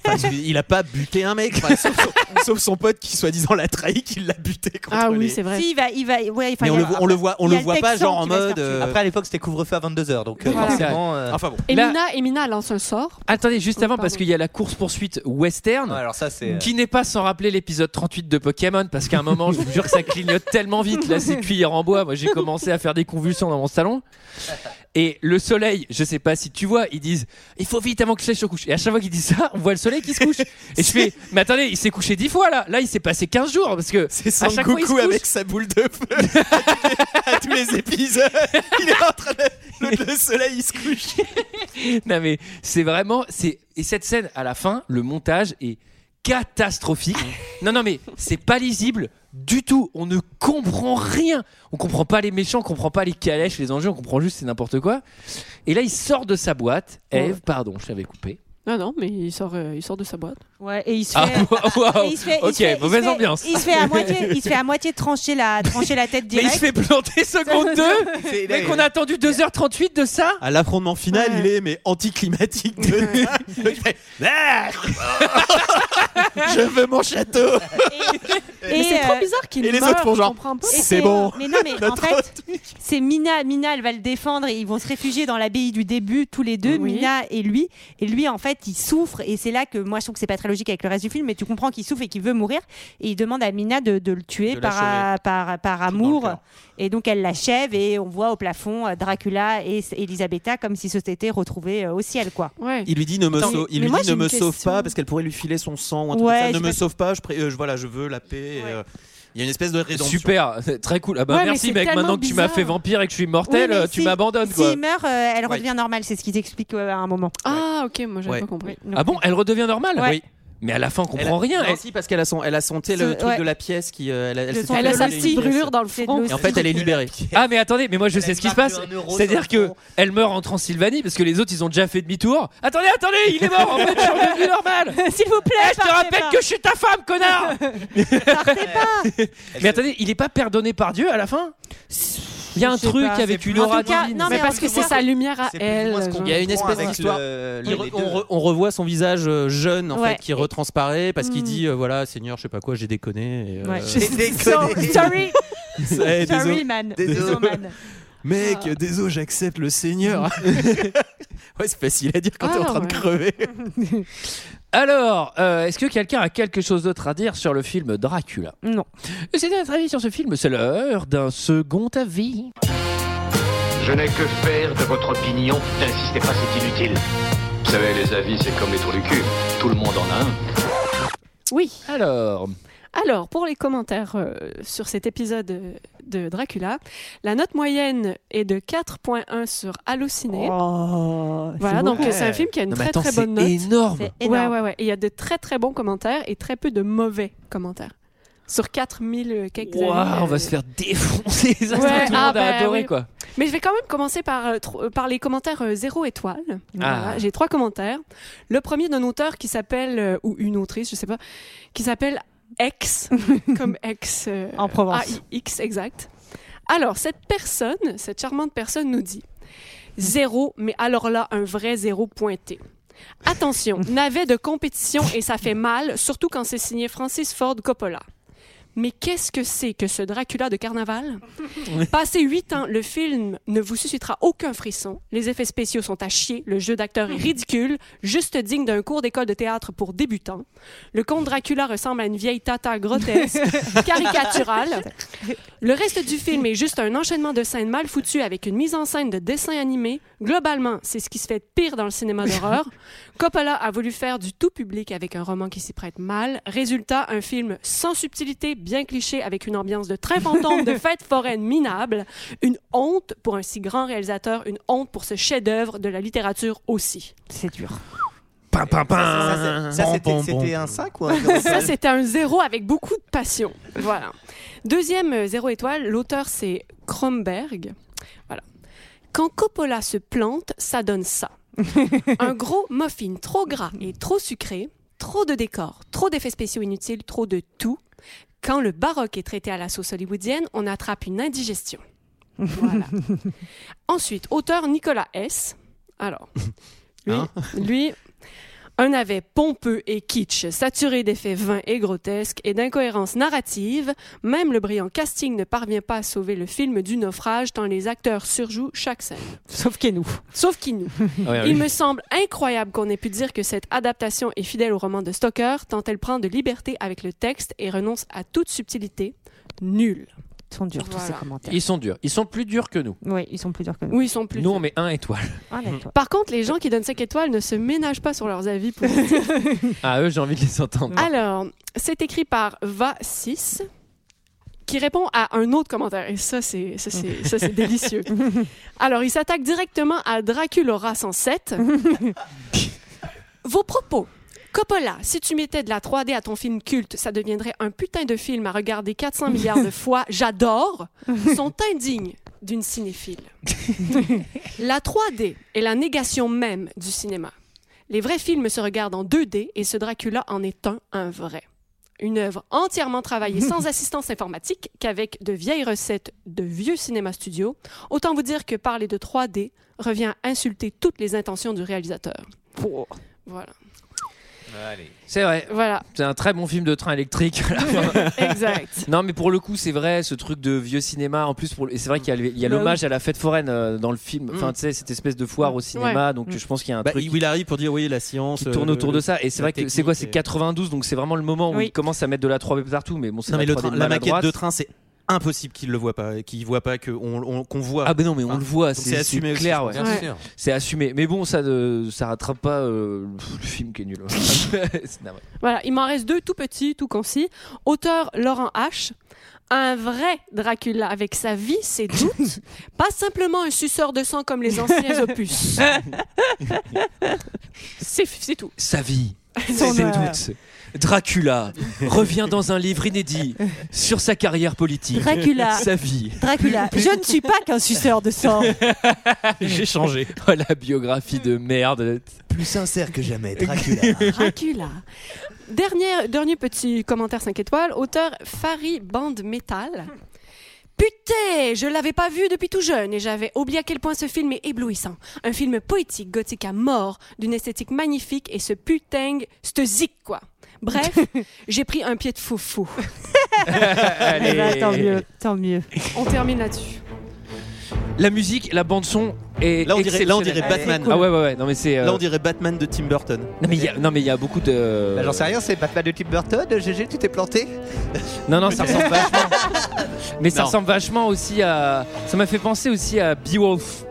parce qu'il- il a pas buté un mec, Enfin, sauf, son, sauf son pote qui soi-disant l'a trahi, qui l'a buté contre Ah oui, les- c'est vrai. Si, il va, il va, ouais, enfin, Mais il on y le, a- voit- on le voit, on il y le a le voit pas Texan genre en qui va se faire mode. tuer. euh, Après, à l'époque, c'était couvre-feu à 22h. Donc, euh, Voilà. forcément. euh, Enfin bon. Là- Emina, Emina lance un sort. Attendez, juste Oh, avant, pardon. parce qu'il y a la course-poursuite western. ouais, alors, ça, c'est. euh, Qui n'est pas sans rappeler l'épisode 38 de Pokémon, parce qu'à un moment, je vous jure que ça clignote tellement vite, là c'est cuillère en bois, moi j'ai commencé à faire des convulsions dans mon salon. Et le soleil, je sais pas si tu vois, ils disent il faut vite avant que le soleil se couche. Et à chaque fois qu'ils disent ça, on voit le soleil qui se couche. Et je fais mais attendez, il s'est couché 10 fois là, là il s'est passé 15 jours, parce que C'est à chaque fois, il se Sangoku couche. avec sa boule de feu (laughs) à tous les, à tous les épisodes. Il est en train de. Le, le soleil, il se couche. (laughs) Non mais c'est vraiment c'est et cette scène à la fin, le montage est (laughs) catastrophique. non non mais c'est pas lisible du tout. On ne comprend rien. On comprend pas les méchants, on comprend pas les calèches, les enjeux, on comprend juste c'est n'importe quoi. Et là il sort de sa boîte. Ouais. Eve, pardon, je t'avais coupé. Non, non, mais il sort, euh, il sort de sa boîte. Ouais, et il se Ah, fait. waouh. et il se fait- il se Ok, fait- il se mauvaise fait- ambiance. Il se fait à (laughs) moitié, il se fait à moitié trancher la, trancher la tête Mais il se direct. fait planter (laughs) seconde 2 euh, c'est- Mais qu'on a attendu 2h38 de ça À l'affrontement final, Ouais. il est mais anticlimatique. De... il fait, Ah Je veux mon château. Mais c'est euh, trop bizarre qu'il et les meure, autres font je genre- comprends pas. et euh, C'est bon. Mais (laughs) non, mais en Notre fait, c'est Mina. Mina, elle va le défendre et ils vont se réfugier dans l'abbaye du début, tous les deux, Oui. Mina et lui. Et lui, en fait, il souffre. Et c'est là que moi, je trouve que c'est pas très logique avec le reste du film, mais tu comprends qu'il souffre et qu'il veut mourir. Et il demande à Mina de, de le tuer De par, euh, l'achever. par, par dans le amour. cœur. Et donc, elle l'achève et on voit au plafond euh, Dracula et S- Elisabetta comme si se s'étaient retrouvés euh, au ciel, quoi. Ouais. Il lui dit ne me, Attends, sau- il mais lui moi, dit, j'ai ne me une sauve question. pas parce qu'elle pourrait lui filer son sang ou un truc Ouais, comme ça. je Ne sais me pas. sauve pas, je, pré- euh, je- voilà, je veux la paix. et, euh, Il y a une espèce de rédemption. Super, (laughs) très cool. Ah bah Ouais, mais merci c'est mec, tellement maintenant que tu m'as bizarre. fait vampire et que je suis mortel, Oui, mais euh, tu si- m'abandonnes quoi. S'il meurt, euh, elle Ouais. redevient normale, c'est ce qu'ils expliquent euh, à un moment. Ah, ok, moi j'avais Ouais. pas compris. Ah bon, elle redevient normale Ouais. Oui. Mais à la fin, on Elle comprend a- rien. Non, Elle- si, parce qu'elle a son, elle a son, tu sais, le Ce- truc ouais. de la pièce qui, euh, elle, a- elle De s'est son- fait Elle a sa brûler une petite pièce. brûlure dans le C'est de front. l'eau. Et en fait, elle est libérée. Ah mais attendez, mais moi je Elle a sais ce une qui se marque passe. de un euro C'est-à-dire sur le que front. elle meurt en Transylvanie parce que les autres ils ont déjà fait demi-tour. Attendez, attendez, il est mort. En fait, je suis redevenu (laughs) normal. S'il vous plaît, Eh, je te partez rappelle pas. que je suis ta femme, connard. (laughs) Partez pas. (laughs) mais attendez, il est pas pardonné par Dieu à la fin Il y a un Je sais truc pas, avec c'est une plus- aura En tout cas, divine. non, Mais mais parce en que tout c'est cas, sa lumière à c'est plus ou elle. moins ce qu'on genre. Il y a une espèce avec d'histoire. le- Il les- re- les deux. on, re- on revoit son visage euh, jeune en Ouais. fait qui retransparaît parce qu'il Mm. dit euh, voilà Seigneur je sais pas quoi j'ai déconné et, euh, Ouais. J'ai So- déconné. Sorry, Eh, désolé. sorry man. Désolé. Désolé, man. (laughs) Mec, désolé, j'accepte le Seigneur. (laughs) ouais, c'est facile à dire quand t'es en Ah, train de ouais. crever. Alors, euh, est-ce que quelqu'un a quelque chose d'autre à dire sur le film Dracula Non. C'était notre avis sur ce film. C'est l'heure d'un second avis. Je n'ai que faire de votre opinion. N'insistez pas, c'est inutile. Vous savez, les avis, c'est comme les trous du cul. Tout le monde en a un. Oui. Alors. Alors, pour les commentaires euh, sur cet épisode euh, de Dracula, la note moyenne est de 4.1 sur Allociné. voilà, Oh, Oh, c'est donc euh, beaucoup. c'est un film qui a une Non, mais très attends, très c'est bonne note. énorme. C'est Ouais, énorme. ouais, ouais. Et Il y a de très très bons commentaires et très peu de mauvais commentaires. Sur 4000 euh, quelques avis, Waouh, on euh, va se faire défoncer. (laughs) Ça, Ouais, tout le monde ah, a bah, adoré, oui. quoi. Mais je vais quand même commencer par, euh, tro- euh, par les commentaires euh, zéro étoile. Voilà, Ah. J'ai trois commentaires. Le premier d'un auteur qui s'appelle, euh, ou une autrice, je sais pas, qui s'appelle (laughs) X, comme X. euh, En Provence. X, exact. Alors, cette personne, cette charmante personne nous dit zéro, mais alors là, un vrai zéro pointé. (laughs) Attention, navet de compétition et ça fait mal, surtout quand c'est signé Francis Ford Coppola. Mais qu'est-ce que c'est que ce Dracula de carnaval Passé huit ans, le film ne vous suscitera aucun frisson. Les effets spéciaux sont à chier, le (laughs) jeu d'acteur est ridicule, juste digne d'un cours d'école de théâtre pour débutants. Le comte Dracula ressemble à une vieille tata grotesque, caricaturale. Le reste du film est juste un enchaînement de scènes mal foutues avec une mise en scène de dessins animés. Globalement, c'est ce qui se fait de pire dans le cinéma d'horreur. Coppola a voulu faire du tout public avec un roman qui s'y prête mal. Résultat, un film sans subtilité, bien cliché, avec une ambiance de train fantôme, de fête foraine minable. Une honte pour un si grand réalisateur, une honte pour ce chef-d'œuvre de la littérature aussi. C'est dur. Pam, pam, pam. Ça, c'était- c'était un 5 ou un zéro Ça, c'était un zéro avec beaucoup de passion. Voilà. Deuxième euh, zéro étoile, l'auteur, c'est Kromberg. Voilà. Quand Coppola se plante, ça donne ça. un gros muffin trop gras et trop sucré, trop de décors, trop d'effets spéciaux inutiles, trop de tout. Quand le baroque est traité à la sauce hollywoodienne, on attrape une indigestion. Voilà. Ensuite, auteur Nicolas S. Alors, lui, Hein lui, un navet pompeux et kitsch, saturé d'effets vains et grotesques et d'incohérences narratives. Même le brillant casting ne parvient pas à sauver le film du naufrage tant les acteurs surjouent chaque scène. Sauf que nous. Sauf qu'il nous. Ah ouais, Il oui. me semble incroyable qu'on ait pu dire que cette adaptation est fidèle au roman de Stoker, tant elle prend de liberté avec le texte et renonce à toute subtilité. Nul. Ils sont durs Voilà. tous ces commentaires. Ils sont durs. Ils sont plus durs que nous. Oui, ils Mm. sont plus durs que nous. Ah, Oui, ils sont plus Nous, durs. on met un étoile. (laughs) Par contre, les gens qui donnent 5 étoiles ne se ménagent pas sur leurs avis positifs. Ah, eux, j'ai envie de les entendre. Alors, c'est écrit par Va6 qui répond à un autre commentaire. Et ça, c'est, ça, c'est, ça, c'est délicieux. Alors, il s'attaque directement à Draculaura 107. Vos propos. Coppola, si tu mettais de la 3D à ton film culte, ça deviendrait un putain de film à regarder 400 milliards de fois. J'adore. Sont indignes d'une cinéphile. La 3D est la négation même du cinéma. Les vrais films se regardent en 2D et ce Dracula en est un, un vrai. Une œuvre entièrement travaillée sans assistance informatique qu'avec de vieilles recettes de vieux cinéma studio. Autant vous dire que parler de 3D revient à insulter toutes les intentions du réalisateur. Voilà. C'est vrai. Voilà. C'est un très bon film de train électrique. (laughs) à la fin. Exact. Non, mais pour le coup, c'est vrai, ce truc de vieux cinéma. En plus, pour... le- et c'est vrai qu'il y a le- il y a Bah l'hommage oui. à la fête foraine euh, dans le film. Enfin, Mm. tu sais, cette espèce de foire au cinéma. Mm. Donc, je pense qu'il y a un Bah, truc. il arrive pour dire oui, la science. qui tourne euh, autour de ça et c'est la vrai que c'est quoi technique c'est et- 92 donc c'est vraiment le moment où Oui. ils commencent à mettre de la 3D partout mais bon c'est Non, mais la, le 3D train- la maquette maladroite. de train, c'est impossible qu'il le voit pas, qu'il voit pas que on, on- qu'on voit. Ah ben non mais on Enfin, le voit, donc c'est assumé aussi, clair, je ouais. pense. Ouais. C'est assumé. Mais bon, ça ne ça rattrape pas euh, le film qui est (laughs) nul. C'est navré. Voilà, il m'en reste deux tout petits, tout concis. Auteur Laurent H. Un vrai Dracula avec sa vie, ses doutes, pas simplement un suceur de sang comme les anciens opus. C'est c'est tout. Sa vie, Son ses œuvre. doutes. Dracula revient dans un livre inédit sur sa carrière politique. Dracula. Sa vie. (laughs) Dracula, je ne suis pas qu'un suceur de (laughs) sang. (laughs) Eh J'ai changé. Oh, la biographie de merde. Plus sincère que (laughs) jamais, Dracula. Dracula. Dernier, dernier petit commentaire 5 étoiles, auteur Fari Bande Metal. Putain, je l'avais pas vu depuis tout jeune et j'avais oublié à quel point ce film est éblouissant. Un film poétique, gothique à mort, d'une esthétique magnifique et ce putain, c'te zik quoi. Bref, (laughs) j'ai pris un pied de foufou. Eh ben, tant ben, mieux, tant mieux. On termine là-dessus. La musique, la bande son est Là, on dirait- là, on dirait exceptionnelle. Batman. Ah ouais ouais ouais. Non mais c'est. euh, Là, on dirait Batman de Tim Burton. Non mais il y a- non mais il y a beaucoup de. Bah, J'en sais rien, c'est Batman de Tim Burton, GG, tu t'es planté Non, non, ça (laughs) ressemble vachement. Mais ça Non. ressemble vachement aussi à. Ça m'a fait penser aussi à Beowulf.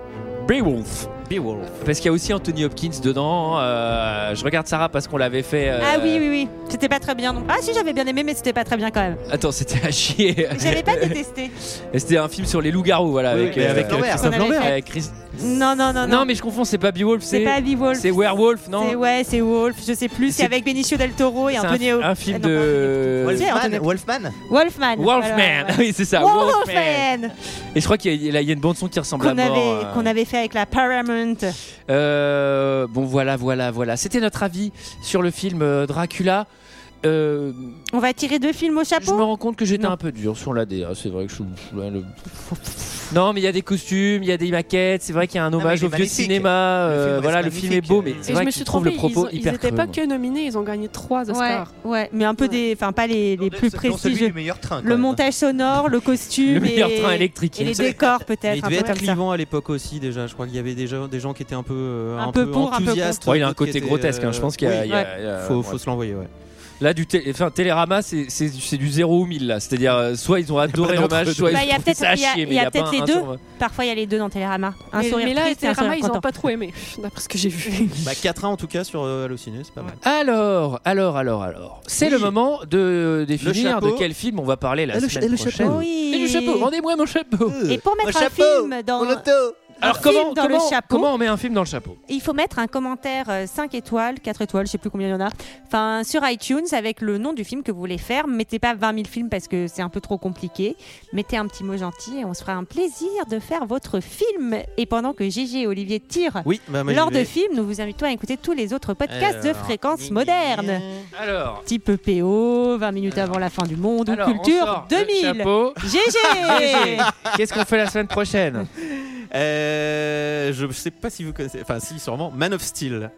Beowulf. Beowulf. Parce qu'il y a aussi Anthony Hopkins dedans. euh, je regarde Sarah parce qu'on l'avait fait. euh, Ah oui, oui, oui. C'était pas très bien. Non. Ah si, j'avais bien aimé, mais c'était pas très bien quand même. Attends, c'était à chier. J'avais (laughs) pas détesté. (laughs) Et C'était un film sur les loups-garous, voilà, Oui, avec, euh, mais avec euh, Lambert. Christophe On avait Lambert. fait. Avec Chris- Non, non, Non, non, non. mais je confonds, c'est pas Beowulf, C'est pas Beowulf. C'est Werewolf, non C'est ouais, c'est Wolf, je sais plus. C'est avec Benicio del Toro et C'est un- Antonio. un, film de. Wolfman, C'est Anthony- Wolfman Wolfman. Wolfman. (laughs) (laughs) Voilà, oui, c'est ça. Wolfman. Et je crois qu'il y, a- là, il y a une bande son qui ressemble Qu'on à mort. avait, euh. qu'on avait fait avec la Paramount. Euh, bon, voilà, voilà, voilà. C'était notre avis sur le film euh, Dracula. Euh, On va tirer deux films au chapeau. je me rends compte que j'étais un peu dur sur la DA. C'est vrai que je suis. ouais, le- Non, mais il y a des costumes, il y a des maquettes. C'est vrai qu'il y a un hommage il est au vieux magnifique. cinéma. euh, film reste voilà, le film est magnifique. beau, mais c'est Et je vrai me que tu suis trouves trompée, le propos ils hyper n'étaient creux, pas moi. que nominés, ils ont gagné trois Ouais, Oscars. ouais, mais un peu des, enfin pas les, les plus prestigieux. du meilleur train. quand Le même. montage sonore, le costume, Le meilleur et, train électrique. et les décors Mais il peut-être, un devait peu être comme ça. clivant à l'époque aussi déjà. Je crois qu'il y avait déjà des gens qui étaient un peu euh, Un peu pour, un peu enthousiastes. Ouais, il a un d'autres qui côté étaient, euh, grotesque, hein, je pense qu'il y a- oui. il y a- il y a- faut, ouais. faut se l'envoyer. Euh, Ouais. Là, du télé- enfin, Télérama, c'est c'est- c'est du 0 ou 1000, là. C'est-à-dire, euh, soit ils ont adoré pas d'entre l'hommage, deux. soit Bah, ils il y a ont trouvé peut-être ça à il y a- chier, il mais y a pas peut-être les un deux. sur- Parfois il y a les deux dans Télérama. Un Mais, sourire mais là, triste et un Télérama, sourire ils n'ont content. pas trop aimé, d'après ce que (laughs) j'ai vu. Bah 4 1 en tout cas sur euh, Allociné, c'est pas mal. Alors, alors, alors, alors. C'est Oui. Ah, le Ah, moment de définir chapeau. de quel film on va parler la Et le- semaine et le chapeau. prochaine. Oui. Et le chapeau, rendez-moi mon chapeau. Et pour mettre un film dans, Alors, Euh, un comment, film dans comment, le chapeau, comment on met un film dans le chapeau il faut mettre un commentaire euh, 5 étoiles, 4 étoiles, je sais plus combien il y en a, enfin sur iTunes avec le nom du film que vous voulez faire. Mettez pas 20 000 films parce que c'est un peu trop compliqué. Mettez un petit mot gentil et on se fera un plaisir de faire votre film. Et pendant que Gégé et Olivier tirent Oui, bah, moi, j'y lors vais. de films, nous vous invitons à écouter tous les autres podcasts de Alors, fréquence moderne. Alors, Type PO, 20 minutes avant la fin du monde ou alors, on Culture sort le 2000. chapeau. (laughs) GG (laughs) Qu'est-ce qu'on fait la semaine prochaine Euh, je sais pas si vous connaissez, enfin si sûrement, Man of Steel.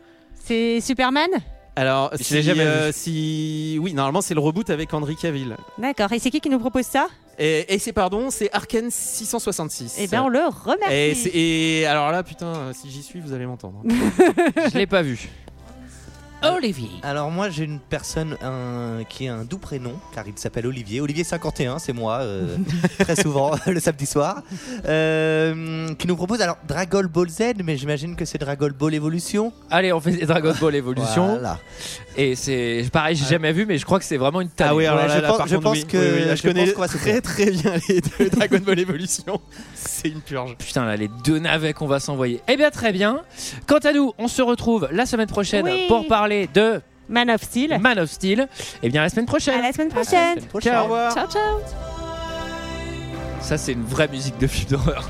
C'est Superman Alors, Je si, l'ai jamais vu. euh, si, oui, normalement c'est le reboot avec Henry Cavill. D'accord. Et c'est qui qui nous propose ça Et, et c'est pardon, c'est Arkane 666. Eh bien, on le remercie. et, c'est- et alors là, putain, euh, si j'y suis, vous (laughs) allez m'entendre. Je l'ai pas vu. Olivier. Alors moi j'ai une personne un- qui a un doux prénom car il s'appelle Olivier. Olivier 51, c'est moi euh, très souvent (laughs) le samedi soir. Euh, qui nous propose alors Dragon Ball Z, mais j'imagine que c'est Dragon Ball Evolution. Allez, on fait Dragon Ball Evolution. Voilà. Et c'est pareil, j'ai jamais vu, mais je crois que c'est vraiment une taille. Ah oui, alors Ouais, là, je là, pense- par je contre, pense oui, que- oui, oui, là, je je connais pense qu'on va se très très bien les (laughs) deux Dragon Ball Evolution. C'est une purge. ah. Putain, là, les deux navets qu'on va s'envoyer. Eh bien, très bien. Quant à nous, on se retrouve la semaine prochaine Oui. pour parler de Man of Steel. Man of Steel. Eh bien, à la semaine prochaine. À la semaine prochaine. Ciao. Ciao, ciao Ça, c'est une vraie musique de film d'horreur.